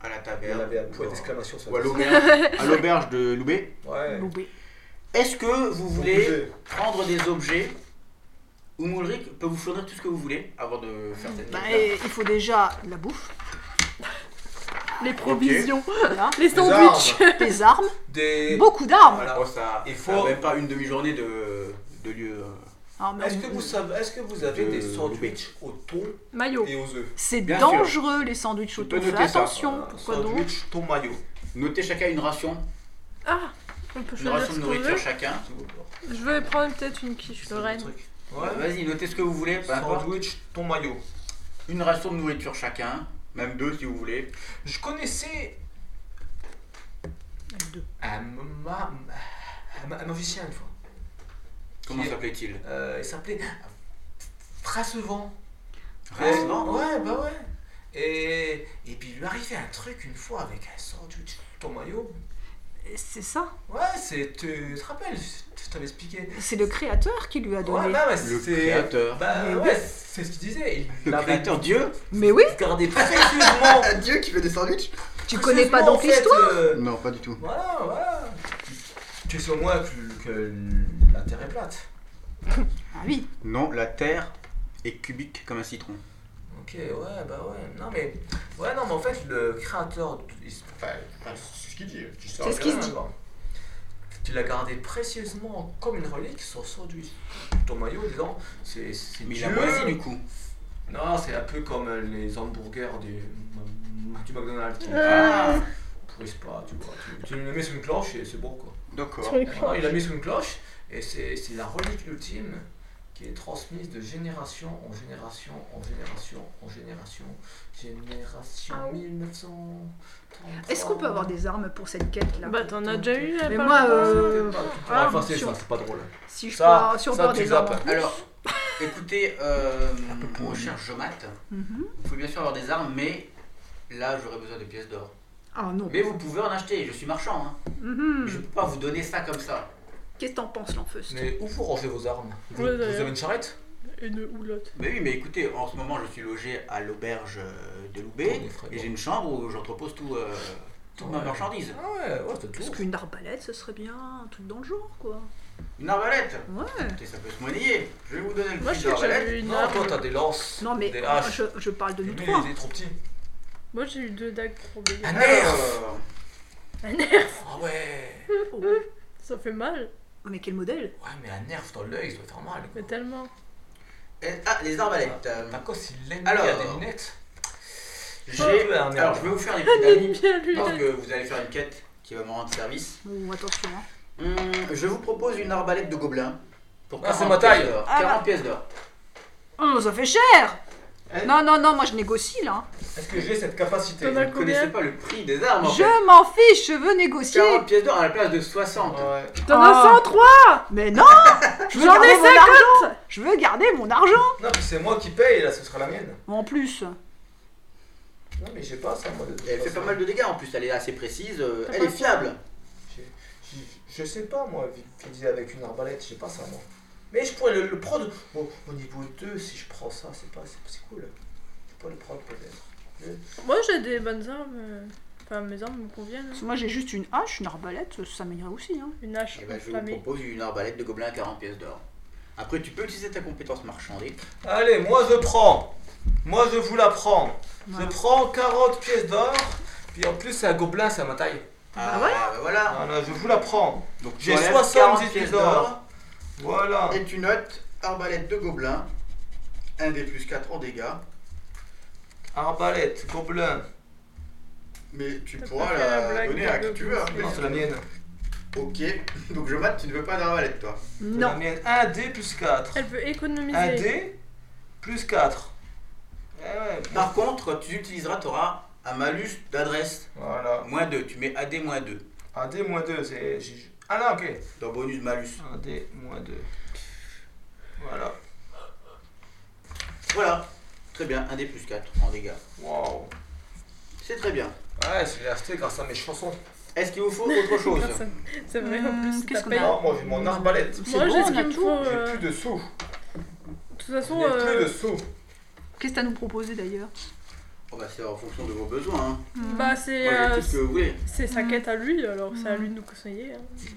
A: à la
B: Il y en
A: taverne
B: avait un point d'exclamation sur
A: ou à
B: la
A: l'auberge, à l'auberge de Loubet.
B: Ouais.
D: Loubé.
A: Est-ce que vous
B: Vous
A: voulez prendre des objets ou Moulric peut vous fournir tout ce que vous voulez avant de faire cette
D: Bah,
A: quête
D: et il faut déjà de la bouffe,
C: Les provisions.
D: voilà,
C: Les
B: Des
C: sandwichs.
B: armes,
D: des armes,
B: Des.
D: beaucoup d'armes.
B: Voilà.
A: Oh, ça,
B: Il
A: ça
B: faut-
A: a même pas une demi-journée de, de lieu. euh.
D: Ah, mais
B: Est-ce
D: on-
B: que vous savez, est-ce que vous avez
A: De
B: des sandwichs au thon
C: Maillot.
B: et aux œufs
D: C'est
A: Bien
D: dangereux les sandwichs au
A: Tu peux
D: thon. Fais
A: noter ça.
D: attention,
B: Voilà,
D: pourquoi donc
B: Sandwich, thon, maillot.
A: Notez chacun une ration,
C: Ah, on peut
A: une
C: choisir
A: ration
C: ce
A: de
C: qu'on veut.
A: nourriture chacun.
C: Je vais prendre peut-être une quiche Lorraine.
A: Bah,
B: Ouais. Bah,
A: Vas-y, notez ce que vous voulez, peu importe.
B: Sandwich, thon, maillot.
A: Une ration de nourriture chacun, même deux si vous voulez.
B: Je connaissais
D: Deux.
B: un, ma- un, un magicien une fois.
A: Comment
B: Qui-
A: s'appelait-il
B: Euh, il s'appelait Fracevent.
A: Rasevent
B: Ouais, bah ouais. Et, et puis il lui arrivait un truc une fois avec un sandwich, ton maillot.
D: C'est ça
B: Ouais, c'est. Tu te rappelles, je t'avais expliqué.
D: C'est le créateur qui lui a
B: Ouais,
D: donné.
B: bah ouais,
A: Le
B: c'est.
A: créateur.
B: Bah ouais, c'est ce qu'il disait. Il
A: Le
B: l'avait
A: créateur Dieu
D: Mais oui,
B: gardé précieusement.
A: Dieu qui fait des sandwichs
D: tu connais pas donc l'histoire
B: l'histoire
A: Non, pas du tout.
B: euh, Voilà, voilà. Tu sais au moins que, que la terre est plate.
D: Ah oui,
A: Non, la Terre est cubique comme un citron.
B: Ok, ouais, bah ouais. Non, mais. Ouais, non, mais en fait, le créateur. il s- Enfin, enfin, Ah, c'est ce qu'il dit. tu sais
D: C'est ce qu'il se dit.
B: rien, Tu l'as gardé précieusement comme une relique sur sandwich. Ton maillot, disons, c'est. c'est
A: Mais il
B: Dieu.
A: a moisi du coup.
B: Non, c'est un peu comme euh, les hamburgers du, euh, du McDonald's. Qui,
A: Ah,
B: pourrissent pas, tu vois. Tu, tu le mets sur une cloche et c'est bon, quoi.
A: d'accord.
C: Sur une
B: Non,
C: cloche.
B: il a mis sur une cloche et c'est c'est la relique ultime qui est transmise de génération en génération en génération en génération. Génération
C: Ah oui.
B: 1933.
D: Est-ce qu'on peut avoir des armes pour cette quête là
C: Bah, t'en as déjà eu,
D: Mais
C: pas
D: moi,
C: le droit.
D: euh,
B: C'était pas-
D: ah,
B: enfin, c'est
D: sur-
B: ça, c'est pas drôle.
D: Si je
B: Ça,
D: peux, si on
B: ça,
D: peut avoir
B: tu
D: des
B: zappes.
D: armes.
A: Alors, écoutez, euh, on cherche Jomat.
D: Mhm.
A: Vous pouvez bien sûr avoir des armes, mais là j'aurais besoin de pièces d'or.
D: Ah non.
A: Mais vous pouvez en acheter, je suis marchand. Hein.
C: Hmm.
D: Mhm.
A: Je peux pas vous donner ça comme ça.
D: Qu'est-ce que t'en penses, l'enfeuse
B: Mais où vous rangez vos armes vous,
C: Ouais,
B: vous
C: d'ailleurs.
B: avez une charrette
C: Une houlotte.
A: Mais oui, mais écoutez, en ce moment je suis logé à l'auberge euh, de Loubet.
B: Ton effrayant.
A: Et j'ai une chambre où j'entrepose tout, euh, toute ma
B: Ouais.
A: marchandise.
B: Ah ouais, ouais, c'est
D: Parce
B: tout.
D: qu'une arbalète, ce serait bien un truc dans le genre, quoi.
A: Une arbalète
D: Ouais.
A: Écoutez, ça peut se monnayer. Je vais vous donner le
C: Moi,
A: prix de
C: je sais que
A: l'arbalète.
C: j'avais eu une
B: Non, toi
C: arme.
B: t'as des lances,
D: Non, mais
B: des
D: moi,
B: haches.
D: je, je parle de
B: Et
D: nous
B: lui,
D: trois.
B: il est trop petit.
C: Moi, j'ai eu deux dagues pour bébé.
A: Ah,
B: Un nerf
A: Alors,
C: Un nerf.
B: Ah ouais
D: Oh,
C: Ça fait mal,
D: Mais quel modèle
B: Ouais, mais un nerf dans l'œil, ça doit faire mal.
C: mais tellement.
A: et- ah, les arbalètes. euh,
B: D'accord, si l'ennemi
A: Alors.
B: a des lunettes.
A: J'ai.
B: un nerf.
A: Alors, je vais vous faire des
C: Ah,
A: petits amis.
C: Bien
A: Je
C: lui.
A: pense que vous allez faire une quête qui va me rendre service.
D: Bon, attention. hein.
A: Hum, je vous propose une arbalète de gobelin. Pour
B: Ah,
A: 40
B: c'est ma taille.
A: pièces d'or.
D: Ah,
A: 40
D: bah.
A: pièces d'or.
D: Oh, ça fait cher
A: Eh.
D: Non, non, non, moi je négocie là. hein.
B: Est-ce que j'ai cette capacité
A: Vous
C: T'en as
A: ne connaissez
C: combien
A: pas le prix des armes en fait.
D: Je m'en fiche, je veux négocier.
A: 40 pièces d'or à la place de 60.
C: T'en as
D: Ah.
C: 103
D: Mais non Je veux
C: J'en
D: garder
C: ai
D: mon argent Je veux garder mon argent
B: Non, puis c'est moi qui paye, là, ce sera la mienne.
D: En plus.
B: Non, mais j'ai pas ça, moi. De toute
A: Elle fait
B: façon.
A: pas mal de dégâts en plus, elle est assez précise, euh,
C: T'as
A: elle
C: pas
A: est fiable.
B: J'ai- j'ai- Je sais pas, moi, viser avec une arbalète, j'ai pas ça, moi. Mais je pourrais le, le prendre au, au niveau 2 si je prends ça, c'est pas, c'est c'est cool. Je pourrais le prendre peut-être.
C: Moi, j'ai des bonnes armes. euh, Enfin, mes armes me conviennent. hein.
D: Parce que moi j'ai juste une hache, une arbalète, ça m'irait aussi. Hein.
C: Une hache
A: Eh ben, je vous
C: enflammée.
A: propose une arbalète de gobelin à 40 pièces d'or. Après, tu peux utiliser ta compétence marchandée.
B: Allez, moi je prends. Moi je vous la prends.
D: Voilà.
B: Je prends 40 pièces d'or. Puis en plus, c'est un gobelin, c'est à ma taille.
C: Bah
A: Ah, voilà. voilà.
B: Voilà, je vous la prends.
A: Donc, tu
B: J'ai
A: enlèves
B: 70
A: 40
B: pièces d'or. Voilà.
A: Et tu notes arbalète de gobelin Un des plus 4 en dégâts.
B: Arbalète, gobelin.
A: Mais tu
C: T'as
A: pourras
C: pas fait la
A: la
C: blague
A: donner
C: de
A: à qui tu veux.
C: Goblin.
A: après.
B: Non, c'est la mienne.
A: Ok, donc je mate, tu ne veux pas d'arbalète toi.
B: C'est la
D: Non.
B: mienne. 1 D plus 4.
C: Elle veut
B: 1
C: économiser.
B: D plus 4. Eh ouais,
A: Par contre, tu utiliseras, tu auras un malus d'adresse.
B: Voilà.
A: Moins 2, tu mets AD moins 2.
B: 1 D moins 2, c'est. j'ai- Ah là, ok.
A: Dans bonus malus.
B: 1 D moins 2. Voilà.
A: Voilà. Très bien, un des plus 4 en dégâts.
B: Waouh.
A: C'est très bien.
B: Ouais, c'est resté grâce à mes chansons.
A: Est-ce qu'il vous faut autre chose
C: Personne. C'est vrai, en
D: Hmm,
C: plus,
D: qu'est-ce
C: t'as
D: qu'on
C: pas-
D: a
B: Non, moi j'ai mon arbalète.
D: C'est
C: Moi,
D: bon,
C: j'ai ce
D: on a
C: qu'il me
D: tout.
C: faut.
B: J'ai
C: euh,
B: plus de sous.
C: De toute façon,
B: J'ai
C: euh,
B: plus de sous.
D: Qu'est-ce que t'as nous proposé d'ailleurs
A: Oh bah, C'est en fonction de vos besoins. Hein.
C: bah, c'est
A: Moi, j'ai
C: euh,
A: tout ce que vous voulez.
C: c'est sa
D: Mm.
C: quête à lui, alors c'est à
D: Mm.
C: lui de nous conseiller. hein.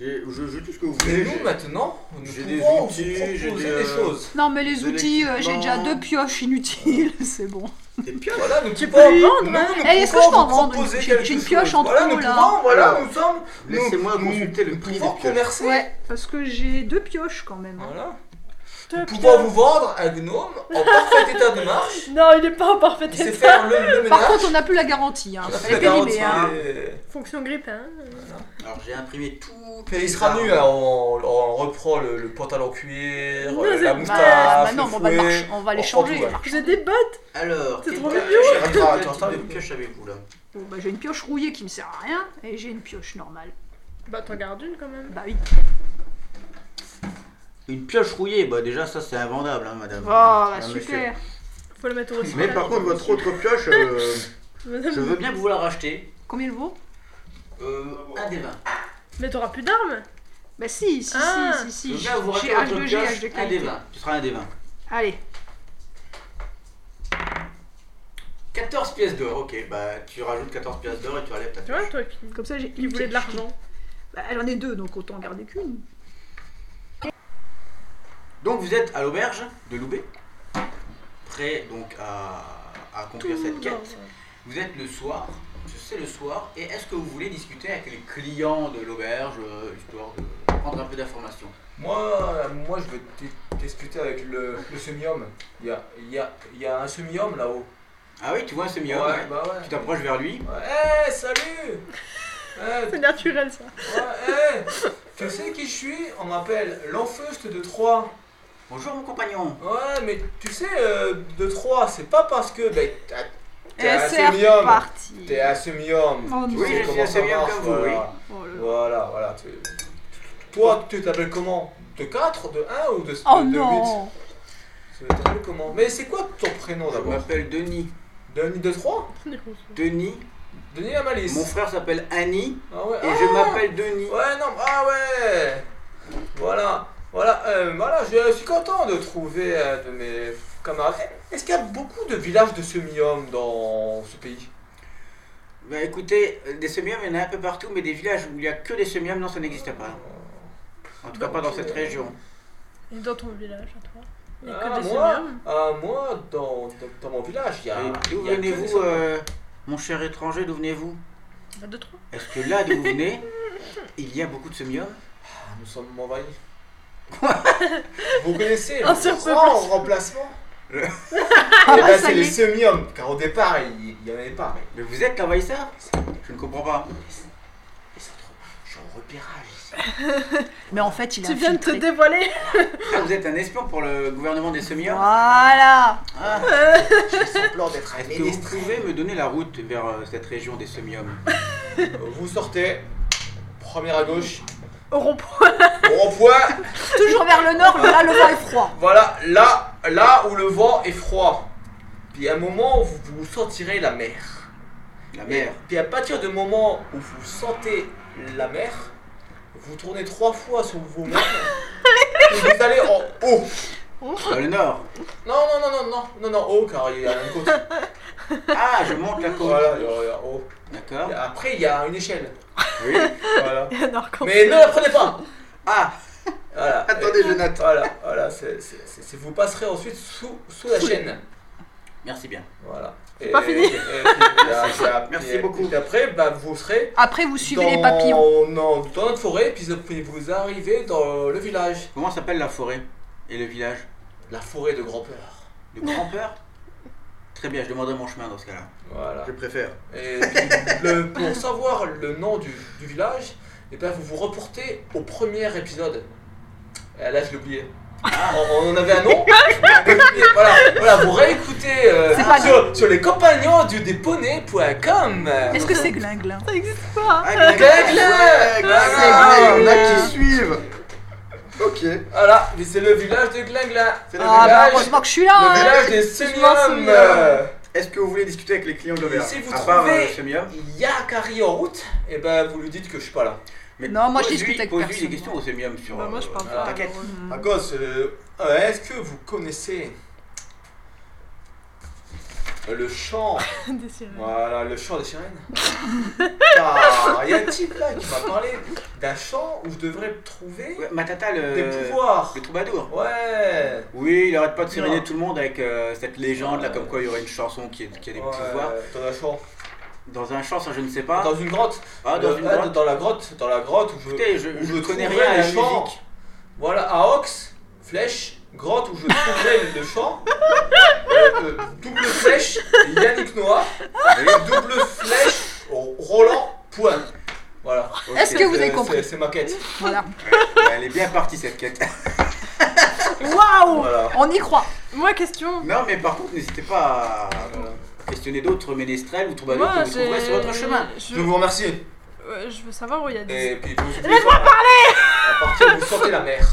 A: J'ai je- j'ai tout ce que vous voulez.
B: Et nous maintenant, nous
A: j'ai des
B: pouvons vous
A: outils, j'ai
B: proposer
A: des,
B: des
A: euh,
B: choses.
D: Non, mais les
A: De
D: outils, euh, j'ai déjà
A: l'équipement.
D: deux pioches inutiles, c'est bon.
A: Des pioches
B: Voilà, nous
C: Tu
B: pouvons-
C: peux lui
B: nous,
C: vendre,
B: nous
C: hein.
B: pouvons
D: Eh, est-ce que je peux en
B: vous
D: vendre
B: proposer
D: une-
B: quelque
D: j'ai une
B: chose.
D: pioche en
B: voilà, nous
D: trop, là.
B: Pouvons, voilà,
A: Alors,
B: nous sommes. nous-
A: Laissez-moi
B: nous-
A: consulter le
B: nous
A: prix des
B: pouvons
A: pioches.
B: commercer.
D: Ouais, parce que j'ai deux pioches quand même.
B: Voilà.
C: Deux
B: Nous pouvons
C: pions.
B: vous vendre un gnome en parfait état de marche.
C: Non, il est pas en parfait
B: Il sait
C: état.
B: faire le, le
D: Par
B: ménage.
D: contre, on n'a plus la garantie. Hein.
B: Il a fait
D: Elle est
B: la
D: périmée.
B: garantie,
D: Hein.
B: euh,
C: Fonction grippe, hein.
A: Alors j'ai imprimé tout.
B: Et il sera nu, alors on, on reprend le, le pantalon cuir,
C: Non,
B: euh, la
C: c'est-
D: Bah,
B: moustache,
D: maintenant,
B: le
D: on va, le
B: fouet.
D: marcher- on va les
B: on prend
D: changer.
B: tout, ouais.
D: les marcher.
C: J'ai des bottes.
A: Alors,
C: C'est
A: quel
C: trop
A: type de
C: mignon.
A: pioche avez-vous
B: Attends,
A: Quel
B: attends,
A: type de
B: attends.
A: pioche avez-vous là
D: Bon, bah, j'ai une pioche rouillée qui me sert à rien et j'ai une pioche normale.
C: Bah, t'en gardes une quand même.
D: Bah oui.
A: Une pioche rouillée, bah déjà ça c'est invendable, hein, madame.
D: Oh,
B: Ah,
D: bah,
A: Madame,
D: super.
C: Faut le mettre au
A: monsieur.
C: recyclage.
A: Mais par contre, votre autre pioche, euh,
C: Madame-
A: je veux bien que vous la rachetez.
D: Combien il vaut
A: Euh, un des 20.
C: Mais t'auras plus d'armes
D: Bah si, si,
C: Ah.
D: si,
A: Je
D: si,
A: veux
D: si.
A: bien vous
D: J'ai
A: racheter votre
D: H2G, H2
A: pioche, un des
D: qualité.
A: 20. Tu seras un des 20.
D: Allez,
A: 14 pièces d'or, ok. Bah tu rajoutes 14 pièces d'or et tu relèves ta
C: Tu
A: pioche.
C: vois, toi, qui
D: comme ça, j'ai
C: qui voulait de l'argent.
D: Bah, j'en ai deux, donc autant en garder qu'une.
A: Donc vous êtes à l'auberge de Loubet, prêt donc à, à accomplir cette quête. Vous êtes le soir, c'est le soir, et est-ce que vous voulez discuter avec les clients de l'auberge, euh, histoire de prendre un peu d'informations
B: Moi, euh, moi je veux t- discuter avec le, le semi-homme. Il y a, il y, a, il y a un semi-homme là-haut.
A: Ah oui, tu vois un semi homme
B: ouais, bah ouais.
A: Tu t'approches vers lui.
B: Ouais, hey, salut Eh, hey,
C: euh, C'est naturel, ça.
B: ouais, hey, Tu sais qui je suis On m'appelle l'enfeuste de Troyes.
A: Bonjour mon compagnon.
B: Ouais, mais tu sais, euh, de Troyes, c'est pas parce que ben, t'as- t'es
D: Et
B: un
D: Eh, c'est
B: semi-homme.
D: reparti.
B: T'es un semi-homme.
D: Oh,
B: Tu
D: non.
B: sais
A: Oui, je suis
B: comment
A: un
B: ça
A: semi-homme
B: marche,
A: comme vous,
B: voilà.
D: Oh, là là.
B: Voilà, voilà. tu- Toi, tu t'appelles comment De 4, de 1 ou de,
D: Oh
B: de, de 8
D: non
B: Tu t'appelles comment Mais c'est quoi ton prénom
A: Je
B: d'abord
A: m'appelle Denis.
B: Denis de 3
A: Denis.
B: Denis la malice
A: Mon frère s'appelle Annie
B: Ah ouais,
A: et
B: ah
A: je m'appelle Denis.
B: Ouais, non, ah ouais Voilà, voilà, euh, voilà, je suis content de trouver euh, de mes camarades. Est-ce qu'il y a beaucoup de villages de semi-hommes dans ce pays
A: Bah écoutez, euh, des semi-hommes, il y en a un peu partout, mais des villages où il n'y a que des semi-hommes, non, ça n'existe pas. En tout cas, pas dans cette région.
C: Il est dans ton village, à toi. Il y a
B: Ah,
C: que des
B: moi,
C: semi-hommes.
B: ah, moi dans, dans, dans mon village, il y a.
A: Et Ah. D'où
B: il y a que des
A: venez-vous,
B: semi-hommes.
A: euh, mon cher étranger, d'où venez-vous
C: Un, deux, trois.
A: Est-ce que là d'où vous venez, il y a beaucoup de semi-hommes
B: Ah, Nous sommes envahis. Vous connaissez
C: Un
B: le
C: surpeuple.
B: grand remplacement
A: Le-
D: Ah
B: Eh
D: ouais,
B: ben,
D: ça
B: c'est
D: y
B: les
D: est.
B: semi-hommes, car au départ, il il y en avait pas. mais
A: Mais vous êtes l'envahisseur Je ne comprends pas.
B: ils sont trop- Je suis en repérage ici.
D: Mais en fait, il a
C: Tu viens de te
D: infiltré.
C: dévoiler
A: Ah, vous êtes un espion pour le gouvernement des semi-hommes
D: Voilà
A: Ah.
B: J'ai semblant d'être un
A: Est-ce que vous
B: ministre.
A: pouvez me donner la route vers euh, cette région des semi-hommes
B: Vous sortez, première à gauche,
C: Au rond-point.
B: au rond-point,
D: Toujours vers le nord, là, le vent est froid.
B: voilà, là, là où le vent est froid. Puis à un moment, vous, vous sentirez la mer.
A: La
B: Et
A: mer
B: puis à partir du moment où vous sentez la mer, vous tournez trois fois sur vous-même et vous allez en haut.
A: Dans le nord
B: Non, non, non, non, non, non, non, haut car il y a une côte.
A: Ah, je monte la côte
B: Voilà, il y a- il y a haut.
A: D'accord
B: Et Après, il y a une échelle.
A: Oui
B: Voilà.
C: Il y a un arc-en-ciel.
B: Mais ne la prenez pas
A: Ah
B: Voilà.
A: Attendez,
B: Et-
A: je note.
B: Voilà, voilà, c'est- c'est- c'est- c'est- vous passerez ensuite sous, sous la chaîne.
A: Merci bien.
B: Voilà.
C: pas fini.
A: Merci
B: et-
A: beaucoup.
B: Et après, bah, vous serez
D: Après, vous suivez
B: dans,
D: les papillons.
B: Non, dans notre forêt, puis vous- puis vous arrivez dans le village.
A: Comment s'appelle la forêt et le village
B: La forêt de grand-père.
A: De grand-peur Très bien, je demanderai mon chemin dans ce cas-là.
B: Voilà.
A: Je préfère.
B: Et puis, le- pour savoir le nom du, du village, et ben, vous vous reportez au premier épisode. Et là, je l'ai oublié.
A: Ah.
B: On, on en avait un nom mais je l'ai oublié. voilà, voilà, vous réécoutez euh,
D: C'est pas
B: sur, sur les compagnons du déponey.com.
D: Est-ce que c'est glinglin
C: Ça existe pas.
A: Ah, mais
B: Gagler
A: ouais, Gagler,
B: Ah,
A: Il y en a
D: Gagler.
A: qui suivent Ok.
B: Voilà, mais c'est le village de Glinglin.
A: C'est le
D: Ah bah
B: village-
D: heureusement que je suis
B: Le
D: là hein.
B: village des
D: souviens.
B: semi-hommes. euh,
A: Est-ce que vous voulez discuter avec les clients de l'auberge
B: Si vous
A: À part
B: trouvez-
A: euh, Semia
B: Il y a Carrie en route, et ben vous lui dites que je suis pas là.
A: Mais
D: Non, moi, je
A: pose-lui-
D: discute avec
A: Pose-lui
D: personne,
A: des questions au Semium sur.
C: Bah, moi, je
A: euh,
C: parle
B: pas.
A: ta quête.
D: Mm.
B: À cause, euh, euh, est-ce que vous connaissez euh, le chant
C: Des sirènes.
B: Voilà, le chant des sirènes. Car il y a un type là qui m'a parlé d'un chant où je devrais trouver
A: Ouais, Euh, Matata, le.
B: des pouvoirs.
A: Le troubadour.
B: Ouais.
A: Oui, il arrête pas de
B: Non.
A: seriner tout le monde avec euh, cette légende là, comme quoi il y aurait une chanson qui, est- qui a des
B: Ouais,
A: pouvoirs.
B: Dans un champ.
A: Dans un champ, ça je ne sais pas.
B: Dans une grotte.
A: ah, dans
B: Le-
A: une
B: ah,
A: grotte.
B: dans la grotte. Dans la grotte où je.
A: Écoutez, je, je
B: où je
A: connais
B: trouverai
A: rien à la
B: les chants.
A: musique.
B: Voilà, à Ox, flèche, grotte où je trouverai le chant. Euh, euh, double flèche, Yannick Noah. Et double flèche, Roland, point. Voilà.
A: Ok,
D: Est-ce que vous
B: C'est-
D: avez compris
B: c'est- C'est ma quête.
D: Voilà.
A: Elle est bien partie cette quête.
D: Waouh
B: Voilà.
D: On y croit
C: Moi, question.
A: non, mais par contre, n'hésitez pas à questionner d'autres ménestrels ou troubadours
C: Moi,
A: que vous
C: j'ai-
A: trouverez sur votre chemin.
C: Je...
B: Je vous remercie.
C: ouais, je veux savoir où il y a des.
B: Et puis vous- Laisse-moi parler À partir vous sortez la mer.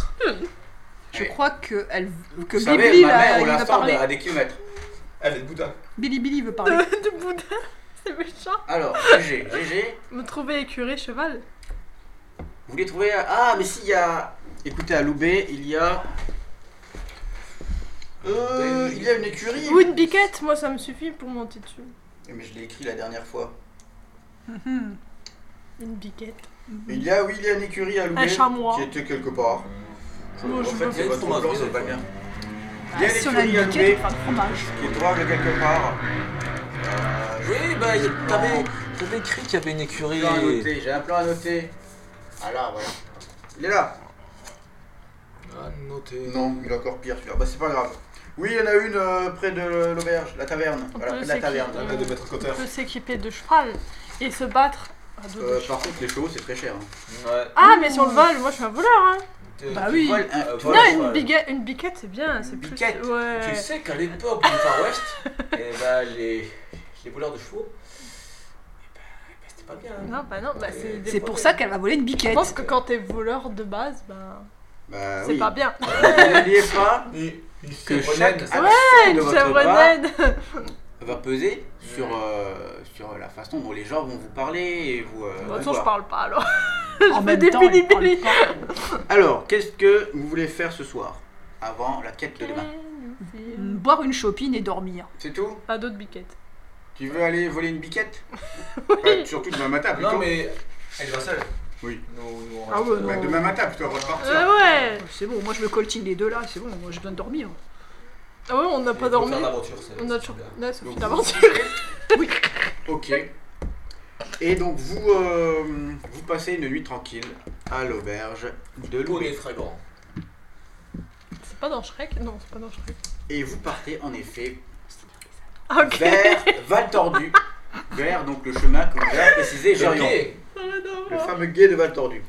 D: Je crois que, elle, que
A: vous savez,
D: Billy,
A: ma
D: là,
A: mère, on
D: il
A: la
D: veut
A: sort
D: parler.
A: à des kilomètres.
B: Elle est de Bouddha.
D: Billy Billy veut parler.
C: De, de Bouddha. C'est méchant.
A: Alors, GG, GG,
C: Me trouver écuré, cheval.
A: vous les trouvez. à- Ah, mais si, il y a. Écoutez, à Loubet, il y a. Euh, il y a une écurie. Eh,
C: Ou une biquette, moi, ça me suffit pour monter dessus.
A: Mais je l'ai écrit la dernière fois.
D: Mhm.
C: Une biquette.
A: Il y a, oui, il y a une écurie à Loubet.
C: Un chamois.
A: Qui était quelque part.
C: Moi,
A: en
C: je
A: fait,
C: veux
A: c'est
B: pas.
A: votre blanc, c'est pas bien. Il y a
D: Ah, si on a
A: l'écurie à
D: une
A: Loubet,
D: biquette, on fera du fromage.
A: qui est droit de quelque part. Euh,
B: Oui, bah t'avais t'avais écrit qu'il y avait une
A: J'ai
B: écurie.
A: un plan à noter, j'ai un plan à noter. Ah là, voilà. Il est là.
B: Ah, noté.
A: Non, il est encore pire celui-là. Bah c'est pas grave. Oui, il y en a une euh, près de l'auberge, la taverne.
C: On
A: Voilà,
C: peut
A: près de la
C: s'équiper.
A: taverne.
B: Arrête de mettre
C: On
B: coteur.
C: peut s'équiper de cheval et se battre à dos de
A: Euh,
C: cheval.
A: par contre, les chevaux, c'est très cher. hein.
B: Ouais.
C: Ah, mais si on le vole, moi, je suis un voleur, hein.
D: Bah oui.
A: Vol, un-
B: Euh,
A: tu-
B: vol.
C: Non,
B: Ouais,
C: une,
B: ouais.
C: biga- une biquette, c'est bien,
A: Une
C: c'est plus.
A: biquette,
B: Tu
C: Ouais.
B: sais qu'à l'époque du Far West, eh ben, les, les voleurs de chevaux, eh ben, eh ben, c'était pas bien.
C: Non, bah non, bah c'est. des
D: C'est
C: problèmes.
D: pour ça qu'elle va voler une
C: Je
D: biquette.
C: pense que quand t'es voleur de base, bah.
A: Bah
C: c'est
A: oui.
C: pas bien.
A: N'oubliez pas
B: Une, hein. une
A: que
B: Chevronette,
A: chaque
B: ça-
A: action de
C: Une
A: votre part
C: savonnette.
A: va peser sur, euh, sur la façon dont les gens vont vous parler et vous. euh,
C: De
A: vous
C: toute façon, je
A: voir.
C: parle pas alors.
D: en
C: fais
D: même
C: des
D: temps, elle
C: bilibili.
D: parle pas.
A: Alors, qu'est-ce que vous voulez faire ce soir avant la quête de demain
D: Mm, Boire une chopine et dormir.
A: C'est tout
C: Pas Ah, d'autres biquettes.
A: Tu veux aller voler une biquette Bah, Surtout demain matin plutôt.
B: Non, mais elle va seule.
A: Oui.
B: Nous, nous, on
D: Ah
B: reste-
D: ouais,
A: Bah, demain matin plutôt avant de partir.
C: Euh, ouais
D: C'est bon, moi je me coltine les deux là, c'est bon, moi je viens de dormir.
C: Ah ouais, on n'a
B: Il
C: pas
B: faut
C: dormi.
B: faire l'aventure, c'est-
C: On a
B: c'est
C: toujours.
B: bien.
C: Là, Sophie
A: Donc,
C: d'aventure.
A: Ok. Et donc vous, euh, vous passez une nuit tranquille à l'auberge de
B: Le
A: Loué.
B: est fragrant.
C: C'est pas dans Shrek Non, c'est pas dans Shrek.
A: Et vous partez en effet
C: Ah, Ok.
A: vers Val Tordu. vers donc le chemin que vous a précisé
B: Le
A: Jorian.
B: guet.
A: Le fameux guet de Val Tordu.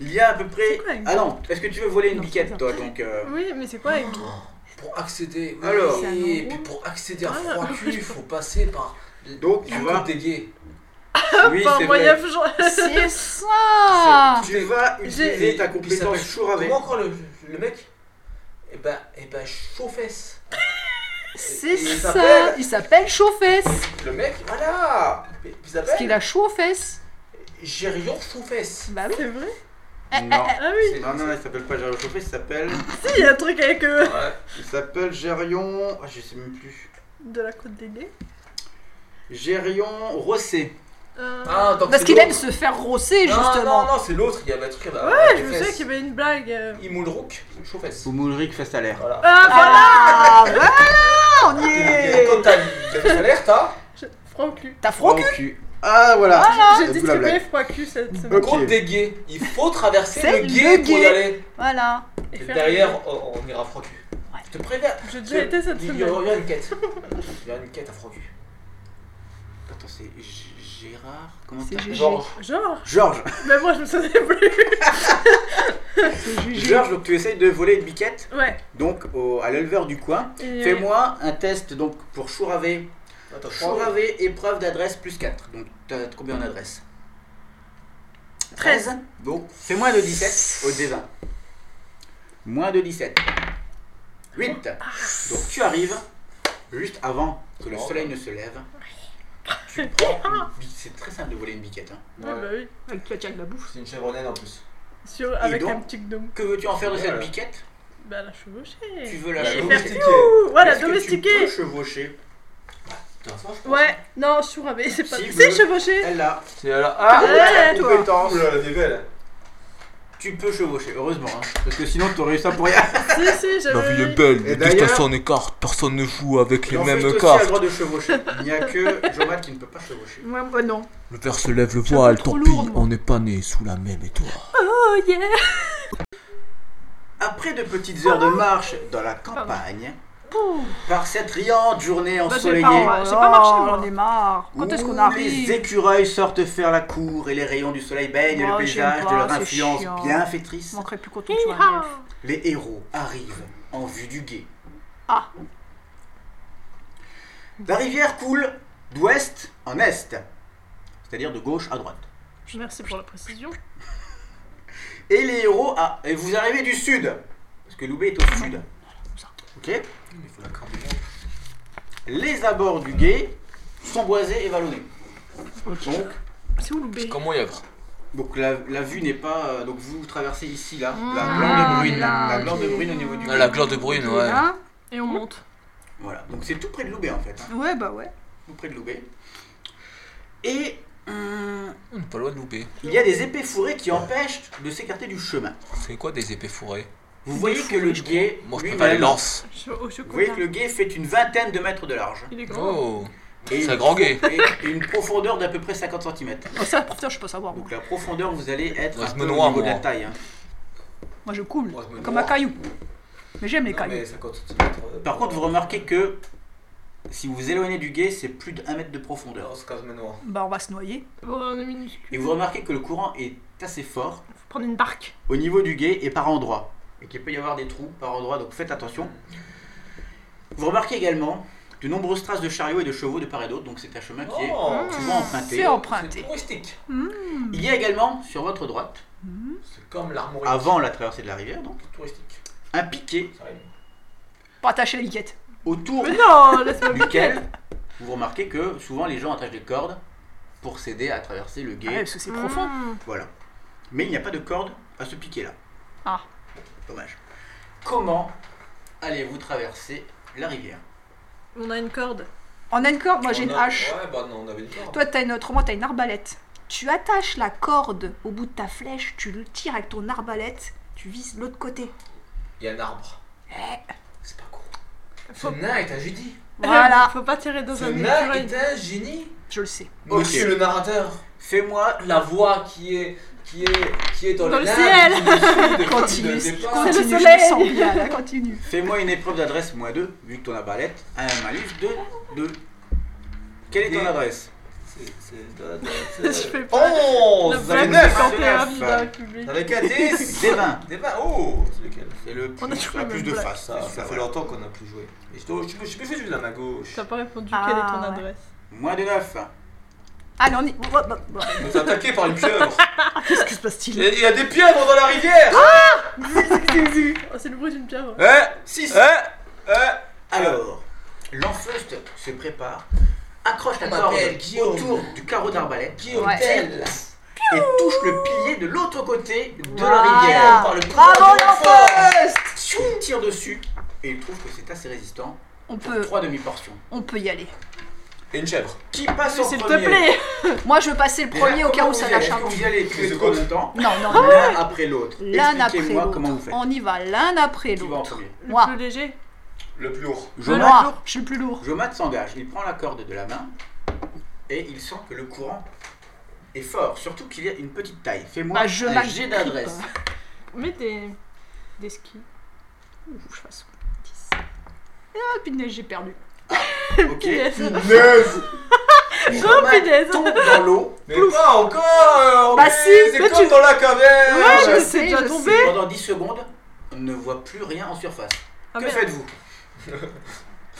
A: Il y a à peu
C: C'est
A: près...
C: quoi, une-
A: Ah non, est-ce que tu veux voler une
D: Non,
A: biquette
D: c'est
A: toi donc euh,
C: Oui, mais c'est quoi avec-
B: Pour accéder.
A: Alors.
B: oui,
D: C'est un
B: Et
D: endroit.
B: puis pour accéder à
C: Ah.
B: froid cul, il faut passer par.
A: Donc
B: la
A: tu
B: côte
A: vas...
B: des guets.
A: Oui,
C: Ah, Par
A: c'est
C: moyen
A: vrai.
C: genre.
D: C'est ça
A: Tu vas utiliser
B: Et
A: ta
B: il s'appelle-
A: compétence chouravé.
B: Comment encore le, le mec Eh ben, eh ben, chauffesse.
D: C'est
B: Il
D: ça
B: s'appelle-
D: Il s'appelle Chauffesse
B: Le mec, voilà Il il
D: Parce qu'il
B: s'appelle
D: a chaud aux fesses
B: Gérion Chauffesse.
D: Bah oui
C: C'est vrai
A: Non.
C: Ah oui
A: Non, non, il s'appelle pas Gérion Chauffé, il s'appelle...
C: Si, il y a un truc avec. euh,
B: Ouais.
A: Il s'appelle Gérion... Ah, je sais même plus.
C: De la côte des nez.
A: Gérion Rosset.
C: Euh,
B: Ah, donc
D: Parce
B: c'est
D: qu'il
B: l'autre.
D: aime se faire rosser
B: Non,
D: justement
B: Non, non, c'est l'autre, il y avait bah, euh, un truc là.
C: Ouais, je me souviens qu'il y avait une blague. euh.
B: Imoulrouk, Chauffesse.
A: Ou Moulric Festalaire.
B: Voilà.
C: Ah,
D: Ah voilà On y
B: Et
D: est
B: total, t'as alerte, hein
C: voilà Francu.
D: T'as froqué
A: Ah voilà,
C: J'ai
A: D'où la
C: distribué
A: blague.
C: Francu cette semaine.
A: Ok.
B: Côte des gays. Il faut traverser
D: C'est
B: le guet
D: le
B: pour y
D: guet.
B: aller.
D: Voilà
C: Et
B: Et
C: faire-
B: derrière, on, on ira froid cul.
D: Ouais.
B: Je te préviens.
C: J'ai déjà été cette
B: Il y a
C: semaine.
B: il y a une quête. Il y a une quête à Frogu.
A: Attends, c'est G- Gérard Comment
D: C'est
A: t'as-
D: Gégé.
B: Genre,
C: Genre
A: Georges
C: Mais moi, je me souviens plus.
D: C'est Gégé.
A: Georges, donc tu essayes de voler une biquette
C: Ouais.
A: donc au- à l'éleveur du coin.
C: Et- euh,
A: Fais-moi un test donc pour Chouravé.
B: attends, je crois.
A: Chouravé, épreuve d'adresse plus 4. Donc t'as t'as combien en adresse
C: 13.
A: Donc fais-moi de 17 au D20. Moins de 17. 8. Donc tu arrives juste avant que le
B: Oh.
A: soleil ne se lève.
B: Tu prends.
A: Une bi- C'est très simple de voler une biquette. hein.
C: Ouais, bah
B: Ouais,
C: oui.
D: Avec toi, Jack, la bouffe.
B: C'est une chèvre naine en plus.
C: Sur, avec
A: donc
C: un petit gnome.
A: Que veux-tu en faire de
B: Ouais,
A: cette
B: ouais.
A: biquette
C: Bah, la chevauchée.
A: Tu veux la
B: Elle est
A: chevaucher
B: domestiquée.
C: Ouh, voilà,
A: Est-ce que tu
C: domestiquée.
A: peux chevaucher.
B: Putain, ça, je pense.
C: Ouais, non, je suis rabais, c'est pas.
A: Si,
C: C'est
A: mais-
C: chevauché
A: Elle a
B: C'est à la. Ah
C: Ouais,
A: la
D: toi.
A: compétence.
B: Oula, elle est belle.
A: Tu peux chevaucher, heureusement. hein, parce que sinon tu aurais ça pour rien.
C: Si, si, j'avais.
B: belle,
A: Et d'ailleurs- destination
B: des cartes, personne ne joue avec
A: Et en fait, aussi a le droit de chevaucher. Il n'y a que Jomat qui ne peut pas chevaucher.
D: Ouais, bah non.
B: Le père se lève le
D: J'ai un voile, peu trop tant pis, lourde, moi. on
B: n'est pas né sous la même étoile.
D: Oh yeah
A: Après de petites heures de marche dans la campagne, par cette riante journée
C: Bah,
A: ensoleillée,
C: j'ai
D: Ah,
C: pas- j'ai pas marché, moi.
B: Oh
D: J'en ai marre. Quand est-ce
A: où
D: qu'on
A: les
D: arrive
A: écureuils sortent faire la cour et les rayons du soleil baignent
D: Oh,
A: le paysage
D: j'aime pas,
A: de leur
D: c'est
A: influence
D: chiant. Je
A: bienfaitrice,
D: manquerais plus qu'on tombe sur un
C: Hi-ha.
D: elfe.
A: les héros arrivent en vue du guet.
D: Ah.
A: La rivière coule d'ouest en est, c'est-à-dire de gauche à droite.
C: Merci pour la précision.
A: Et les héros, ah, et vous arrivez du sud, parce que Loubet est au sud. Ok
B: Il faut la carte
A: Les abords du guet sont boisés et vallonnés. Donc,
C: C'est où Loubé
B: Comment Yèvre
A: donc la, la vue n'est pas. euh, Donc vous traversez ici, là, la
D: Ah,
A: glande de brune.
D: là,
A: La glande de
D: ok.
A: brune au niveau du.
B: Ah, La gloire de brune,
D: On est
B: ouais.
D: là
C: Et on monte.
A: Voilà, donc c'est tout près de Loubet en fait. hein,
D: Ouais, bah ouais.
A: Tout près de Loubet. Et. hum,
B: On n'est pas loin de louper.
A: il y a des épées fourrées qui empêchent de s'écarter du chemin.
B: C'est quoi des épées fourrées
A: Vous voyez que le guet.
B: Moi je
A: lui-même-
B: peux pas les lances.
C: Je- Au
A: Vous voyez
C: chocolat.
A: que le guet fait une vingtaine de mètres de large.
C: Il est grand.
B: Oh
A: Et
B: C'est un
A: une-
B: grand guet.
A: et et une profondeur d'à peu près 50 cm.
D: Oh, ça, putain, je peux savoir. Moi,
A: Donc la profondeur, vous allez être
B: Moi,
A: un
B: je
A: peu
B: me
A: au
B: noie,
A: niveau de
B: moi.
A: la taille. hein.
D: Moi, je coule.
B: Moi, je me
D: Comme
B: noie.
D: un caillou. Mais j'aime les
B: Non,
D: cailloux.
B: mais 50 centimètres, euh,
A: Par contre, vous remarquez que si vous vous éloignez du guet, c'est plus de 1 mètre de profondeur.
B: Non, c'est quand même noir.
D: Bah, on va se noyer.
C: Bon, on est Oh, minuscule.
A: Et vous remarquez que le courant est assez fort
C: Faut prendre une barque.
A: au niveau du guet et par endroits. Et qu'il peut y avoir des trous par endroits, donc faites attention. Vous remarquez également de nombreuses traces de chariots et de chevaux de part et d'autre, donc c'est un chemin qui est
B: Oh,
D: Hmm.
A: souvent emprunté.
D: C'est
B: C'est
D: emprunté.
B: touristique.
A: Il y a également, sur votre droite,
D: Hmm.
B: C'est comme l'armorique.
A: avant la traversée de la rivière, donc,
B: Touristique.
A: un piquet
B: Ça rime.
D: Pour attacher les liquettes.
A: autour
C: Mais non, laisse-moi
A: duquel vous remarquez que souvent les gens attachent des cordes pour s'aider à traverser le
D: Ah ouais,
A: guet.
D: parce que c'est
C: C'est
D: profond.
C: profond.
A: Voilà. Mais il n'y a pas de corde à ce piquet-là.
D: Ah.
A: Dommage. Comment allez-vous traverser la rivière
C: On a une corde.
D: On a une corde, moi j'ai une
B: On a-
D: hache.
B: Ouais, bah non, on avait une corde.
D: Toi, t'as une autre, moi, t'as une arbalète. Tu attaches la corde au bout de ta flèche, tu le tires avec ton arbalète, tu vises l'autre côté.
B: Il y a un arbre. C'est pas con. Ce nain est un génie.
D: Voilà,
C: Faut pas tirer dans
B: Ce
C: un
B: nain
C: écureuil.
B: est un génie.
D: je le sais.
A: Ok.
B: Monsieur le narrateur,
A: Fais-moi
B: la voix qui est qui est qui est dans,
C: Dans le
B: l'âme
C: ciel.
B: qui nous suit de-
D: Continue,
B: de départ.
D: continue,
C: C'est le
D: je le
C: soleil.
D: sens bien, là, continue.
A: fais-moi une épreuve d'adresse moins 2, vu que ton arbalète a un malus de 2. Quelle est ton
B: Et-
A: adresse
B: C'est- c'est-
C: Je
B: c'est-
C: fais pas.
B: Oh,
C: La
B: vous avez
C: blague
A: neuf,
B: neuf.
C: du
A: neuf.
C: campéra vida public.
B: Avec un 10
A: Des 20.
B: Des vingt. Oh, c'est lequel
A: C'est le plus,
C: On a toujours
A: la
C: la
A: plus
C: même
A: de
C: blague.
A: face.
B: Ça,
A: c'est
B: ça fait
A: voilà.
B: longtemps qu'on n'a plus joué. Et je dois- je suis plus fait de la main gauche.
C: T'as pas répondu
D: Ah,
C: quelle est ton
D: ouais.
C: adresse
A: Moins de 9.
D: Allez, on y... oh, oh, oh, oh.
B: On est attaqué par une pieuvre.
D: Qu'est-ce qui se passe-t-il
B: Il y a- il y a des pieuvres dans la rivière.
C: Ah Oh, C'est le bruit d'une pierre.
B: Eh,
A: 6.
B: eh, eh.
A: Alors, l'enfeuste se prépare, accroche la
D: Bah,
B: On
A: corde
B: m'appelle Guillaume.
A: autour du carreau d'arbalète
B: Guillaume
D: Ouais.
B: Tell.
A: et touche le pilier de l'autre côté de
D: Voilà.
A: la rivière.
B: Par le pouvoir
D: Bravo,
B: de
C: Ah,
D: l'enfant
A: Il tire dessus et il trouve que c'est assez résistant.
D: on peut,
A: Trois demi-portions.
D: on peut y aller.
B: Et une chèvre.
A: Qui passe au
C: S'il
A: premier
C: te plaît
D: Moi, je veux passer le
A: Déjà,
D: premier au cas
A: comment
D: où ça
A: vous y allez
D: lâche un
A: Est-ce que
D: truc.
A: Vous y allez tous les
B: C'est
A: deux en
B: quoi
A: même temps,
D: Non, non, non.
A: l'un après l'autre.
D: L'un après
A: Expliquez-moi
D: l'autre.
A: comment vous faites.
D: On y va l'un après
A: Qui va en
D: l'autre.
A: premier
D: Moi.
C: Le plus léger.
B: Le plus lourd.
D: Le
A: Jomat,
D: noir, je suis le plus
C: Bah,
D: lourd.
A: Jomat s'engage, il prend la corde de la main et il sent que le courant est fort, surtout qu'il y a une petite taille. Fais-moi
D: Bah, je
A: un
D: m'agrippe.
A: jet d'adresse.
C: Mets des. des skis.
D: Ouf, je fasse 10. Ah, punaise, j'ai perdu.
A: Ok.
C: Punaise.
B: Punaise
C: Oh,
A: Romain
C: punaise.
A: tombe dans l'eau.
B: Mais pas encore
D: Bah
B: mais
D: si,
B: C'est
D: mais
B: comme
D: tu-
B: dans la caverne
C: Ouais,
D: je
C: mais
D: sais,
C: c'est déjà
D: je
C: tombé.
A: Pendant 10 secondes, on ne voit plus rien en surface.
C: Ah,
A: que
C: merde.
A: faites-vous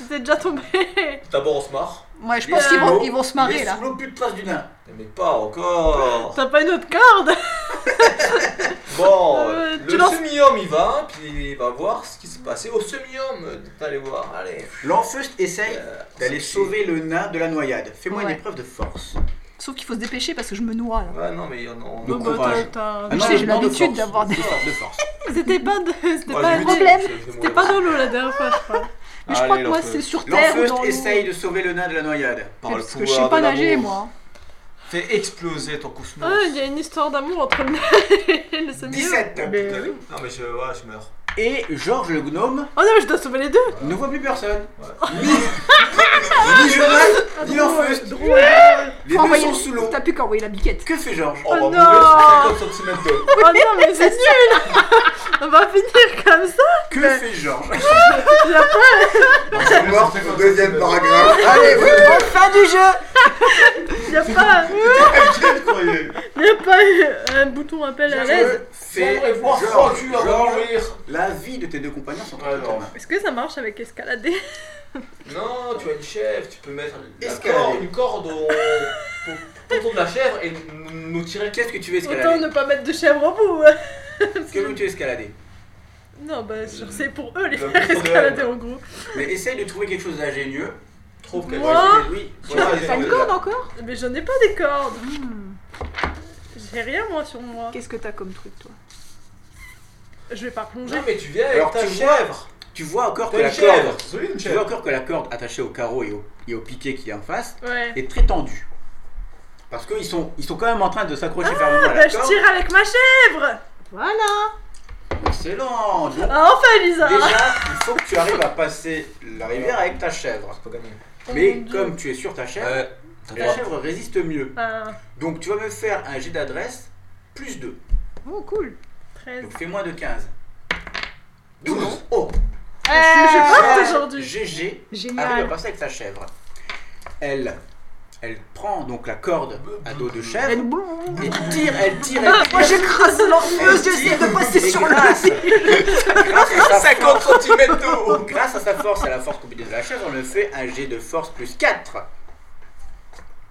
C: C'est déjà tombé.
B: D'abord on se marre.
D: Ouais, je pense qu'ils vont, ils vont se
A: Il
D: marrer
A: est
D: là.
A: Sous l'eau, plus de traces du nain.
B: Mais pas encore
C: T'as pas une autre corde
B: Bon,
C: Euh,
B: le
C: tu lances-
B: semi-homme il va, puis il va voir ce qui s'est passé au semi-homme. Allez voir, allez.
A: L'enfeuste essaye
B: Euh,
A: d'aller
B: c'est-
A: sauver le nain de la noyade. Fais-moi
D: Ouais.
A: une épreuve de force.
D: Sauf qu'il faut se dépêcher parce que je me noie là.
B: Ouais, non, mais on en.
A: Le
C: Bon, bah,
A: courage.
C: t'as-
A: Ah
D: Je
A: non,
D: sais, j'ai
A: non, de
D: l'habitude
A: force.
D: d'avoir des-
A: De force, de force.
C: C'était pas de. C'était
B: Moi,
C: pas,
B: je lui dis,
D: problème.
B: je- je vais
C: c'était
B: mourir.
C: pas dans l'eau la dernière fois, je crois.
D: Mais je crois
B: Allez,
D: que moi
B: l'enfeu.
D: c'est sur terre ou dans
A: L'enfeuste
D: l'eau.
A: essaye de sauver le nain de la noyade.
B: Par le
D: parce que je
B: pouvoir
D: sais pas
B: de
D: nager
B: l'amour.
D: moi.
B: Fais exploser ton cosmos.
C: Ah, il y a une histoire d'amour entre le et le semi
A: 17
C: Mais Ah, ben oui.
B: Non, mais je, ouais, je meurs.
A: Et Georges le gnome
C: Oh non, mais je dois sauver les deux
A: ne voit plus personne.
B: Ouais.
A: Ni, ni Jonas,
C: Ah,
A: ni
C: drôle,
A: l'enfeuste.
C: drôle, drôle.
A: Les
D: Faut
A: deux
D: envoyer-
A: sont sous l'eau.
D: T'as plus qu'à envoyer la biquette.
A: Que fait Georges
B: On va
C: Oh
B: mourir sur 50 cm d'eau.
C: Oh non, mais c'est nul On va finir comme ça
A: Que fait Georges
B: C'est mort sur 50 cm.
A: paragraphe.
D: Allez, oui, fin du jeu
C: Y'a pas, y a pas eu un bouton appel à l'aide
A: Que
B: Faudrait
A: fait
B: voir trois
A: Georges
B: culs avant de
A: Georges,
B: mourir.
A: La vie de tes deux compagnons sont entre
B: Ouais,
A: tes
B: non.
A: mains.
C: Est-ce que ça marche avec escalader
B: Non, tu as une chèvre, tu peux mettre la
A: Escalader.
B: corde- une corde au au- autour de la chèvre et nous nous tirer.
A: Qu'est-ce que tu veux
C: Autant
A: escalader
C: ne pas mettre de chèvre au bout hein.
A: Que veux-tu escalader
C: Non, bah sur- c'est pour eux les
B: Le
C: faire
B: problème.
C: escalader en gros.
A: Mais essaye de trouver quelque chose d'ingénieux.
B: Trouve
A: Pour qu'elle
C: Moi
A: puisse aider. Oui,
B: Tu vois,
A: voilà,
B: les
D: T'as
A: les-
D: une corde encore
C: Mais j'en ai pas des cordes
D: Hmm.
C: J'ai rien moi sur moi.
D: Qu'est-ce que t'as comme truc toi
C: Je vais pas plonger.
B: Non, mais tu viens
A: Alors,
B: avec ta
A: tu
B: chèvre.
A: Tu vois encore que
B: T'as
A: la
B: une chèvre.
A: corde,
B: C'est une
A: tu vois
B: chèvre.
A: encore que la corde attachée au carreau et au, et au piquet qui est en face
C: Ouais.
A: est très tendue. Parce qu'ils sont, ils sont quand même en train de s'accrocher fermement à la
C: Bah je
A: corde.
C: tire avec ma chèvre
D: Voilà
A: Excellent. Donc,
C: Ah enfin Lisa
A: Déjà, il faut que tu arrives à passer la rivière avec ta chèvre.
B: Ah, Pas gagné.
C: Oh
A: Mais
C: mon Dieu.
A: comme tu es sur ta chèvre,
B: Ouais. t'as
A: la
B: droit.
A: chèvre résiste mieux.
C: Ah,
A: Donc tu vas me faire un jet d'adresse plus 2.
D: Oh cool
C: 13.
A: Donc fais moins de 15. 12.
B: Douze.
A: Oh
C: Je,
D: Euh,
C: je porte
A: Georges
C: Ah, aujourd'hui.
A: GG arrive à
D: Génial
A: passer avec sa chèvre. Elle, elle prend donc la corde à dos de chèvre
D: Elle-
A: et tire, elle tire,
D: Ah,
A: elle tire.
D: Moi j'écrase l'enfeuse,
A: Elle
D: j'essaie
A: tire,
D: de passer
A: et
D: sur le
A: grâce, grâce à sa
B: 50 cm d'eau.
A: force- grâce à sa force et à la force combinée de la chèvre, on me fait un jet de force plus 4.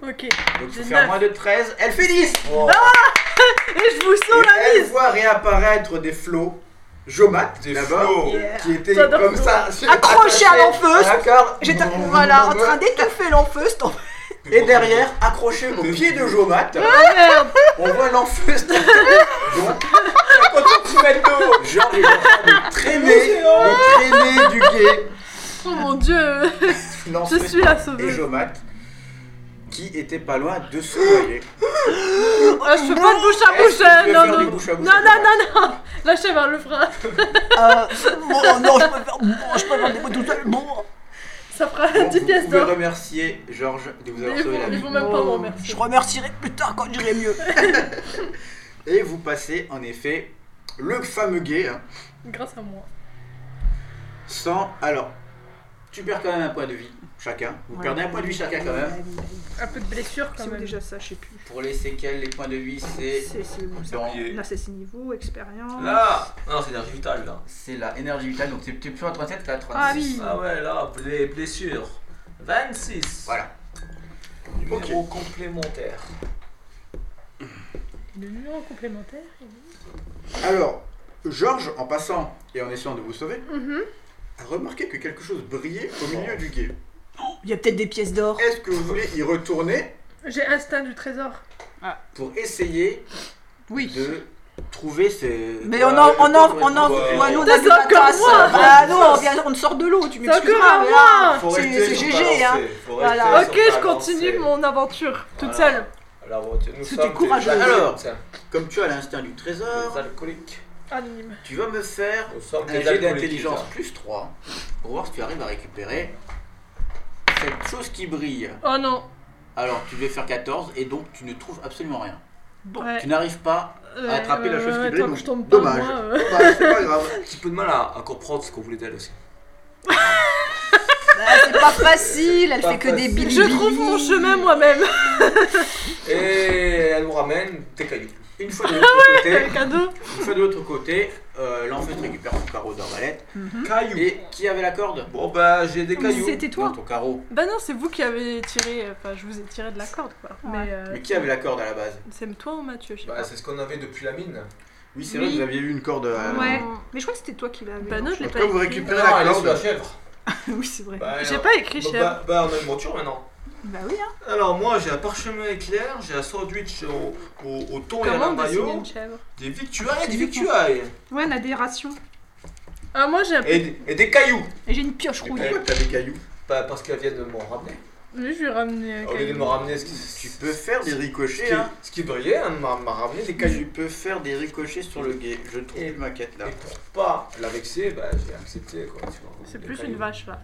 C: Ok.
A: Donc il faut
C: Dix-neuf.
A: faire moins de 13. Elle fait 10
C: Et je vous
A: Et
C: sens la
A: elle
C: mise
A: voit réapparaître des flots Jomat
B: Des
A: d'abord
B: flots.
D: Yeah.
A: qui étaient
C: J'adore.
A: comme ça
D: Accrochée à l'enfeuse.
A: D'accord
D: J'étais
C: Ah,
D: voilà, en train d'étouffer l'enfeuse. t'en-
A: Et derrière, accroché au pied de Jomat,
D: Ah,
C: Merde
A: on voit l'enfeuse de- Donc,
B: 50 cm d'eau.
A: Georges est en train de traîner, de traîner du guet
C: Oh mon dieu Je
A: l'enfeuse
C: suis la
A: et
C: sauveuse.
A: Jomat qui était pas loin de se noyer.
C: Ah, je fais pas de bouche à
A: Est-ce
C: bouche,
A: que
C: hein,
A: tu veux
C: non,
A: faire
C: non.
A: du bouche à bouche
C: non,
A: avec
C: non,
A: le
C: non, non, La chèvre, elle le fera.
D: Euh, bon, non, je préfère, bon, je préfère des mots tout seul. Bon,
C: Ça fera
A: Bon,
C: 10
A: vous
C: pièces
A: pouvez
C: d'or.
A: remercier Georges de vous avoir
C: Ils
A: sauvé la
C: vont, ils
A: vie.
C: vont même pas me remercier.
D: Oh, je remercierai plus tard quand j'irai mieux.
A: Et vous passez en effet le fameux guet. hein,
C: Grâce à moi.
A: Sans. Alors, tu perds quand même un point de vie chacun. Vous perdez un point de vie chacun quand même.
C: Un peu de blessure quand
D: C'est où
C: même.
D: déjà ça, je sais plus.
A: Pour les séquelles, les points de vie, c'est.
D: C'est c'est où ça
A: dans-
B: oublié.
D: Là, c'est six niveaux, expérience.
B: Là Non, c'est énergie vitale là.
A: C'est la énergie vitale, donc c'est peut-être plus en 37 qu'à 36.
D: Ah oui.
B: Ah ouais, là, les blessures. 26.
A: Voilà.
B: Numéro
A: Ok.
B: complémentaire.
C: Le numéro complémentaire
A: Alors, Georges, en passant et en essayant de vous sauver,
C: Mhm.
A: a remarqué que quelque chose brillait au milieu du guet.
D: Il y a peut-être des pièces d'or.
A: Est-ce que vous voulez y retourner
C: J'ai instinct du trésor.
A: pour essayer
D: Oui.
A: de trouver ces.
D: Mais on en, on en, on en,
B: Ouais.
D: ouais, nous, on
C: Ça,
D: a
C: c'est
D: des
C: encore
D: matasses.
C: moi.
D: Ah non, on, vient- on sort de l'eau, tu
C: C'est encore
D: m'excuseras.
C: à
D: mais là-
C: moi
B: Faut
D: C'est-
B: rester
D: c'est
B: sur
D: GG,
B: balancer.
D: hein.
B: Faut
D: Voilà.
B: rester
C: Ok,
B: sur
C: je
B: balancer.
C: continue mon aventure toute
B: Voilà.
C: seule.
B: Alors, bon, tu- nous
D: C'était
B: sommes des
D: courageux.
B: alcooliques,
A: Alors.
B: tiens.
A: Comme tu as l'instinct du
B: Des
A: trésor,
B: alcooliques.
C: Anonyme.
A: tu vas me faire
B: Nous sommes
A: un
B: des
A: jet
B: alcooliques.
A: d'intelligence
B: tiens.
A: plus 3 pour voir si tu arrives à récupérer cette chose qui brille.
C: Oh non.
A: Alors, tu devais faire 14 et donc tu ne trouves absolument rien.
C: Ouais,
A: Tu n'arrives pas.
C: ouais,
A: attraper la
C: ouais,
A: chose qui
C: ouais,
A: brille,
C: Tant que
A: donc
C: je tombe pas,
A: dommage.
C: moi. euh.
A: Bah, c'est pas grave.
B: Un petit peu de mal à, à comprendre ce qu'on voulait d'elle aussi.
D: Ah, c'est pas facile, elle
B: Pas
D: fait que des
B: facile.
D: billes.
C: Je trouve mon chemin moi-même.
B: Et elle nous ramène des cailloux.
A: Une fois de
D: Ah
A: l'autre côté,
C: Quel cadeau.
A: une fois de l'autre côté, euh, l'enfeustre récupère son carreau d'arbalète.
B: Cailloux.
A: Et qui avait la corde
B: Bon bah j'ai des
D: Mais
B: cailloux.
D: C'était toi.
A: Non, ton carreau.
C: Bah non, c'est vous qui avez tiré. Enfin, je vous ai tiré de la corde, quoi. Mais, euh,
A: Mais qui avait la corde à la base
C: C'est toi ou Mathieu, je sais
B: Bah
C: pas.
B: c'est ce qu'on avait depuis la mine.
A: Oui, c'est vrai,
D: Oui.
A: vous aviez eu une corde. à la-
D: Ouais.
C: Non.
D: Mais je crois que c'était toi qui l'as.
C: Bah non, je l'ai
A: En tout
C: pas
A: cas,
C: écrit.
A: vous récupérez
B: non,
A: la
B: elle est sous la
A: corde.
B: chèvre.
D: oui, c'est vrai.
B: Bah,
C: J'ai
B: alors-
C: pas écrit
B: bah,
C: chez
B: bah, bah, on a une monture maintenant.
D: Bah oui, hein.
B: Alors moi j'ai un parchemin éclair, j'ai un sandwich au, au- au thon et à la
C: Comment dessiner
B: maillot,
C: une chèvre
B: des victuailles, des victuailles
D: Ouais, on a des rations.
C: Ah, moi j'ai.
B: et, des- et des cailloux.
D: Et j'ai une pioche rouge.
B: Eh,
A: Pourquoi t'as des cailloux
B: Bah parce qu'elles viennent de m'en ramener.
C: Lui, je lui ai ramené. euh,
B: Au lieu de me ramener ce qui, ce
A: Tu
B: qui-
A: peux faire des
B: ce
A: ricochets,
B: qui,
A: hein
B: ce qui brillait, hein, m'a m'a ramené des cailloux.
A: Tu peux faire des ricochets sur le guet. Je trouve
B: Et-
A: ma quête là.
B: Et pour pas la vexer, bah j'ai accepté quoi. tu vois.
C: C'est
B: Les
C: plus
B: cailloux.
C: une vache là.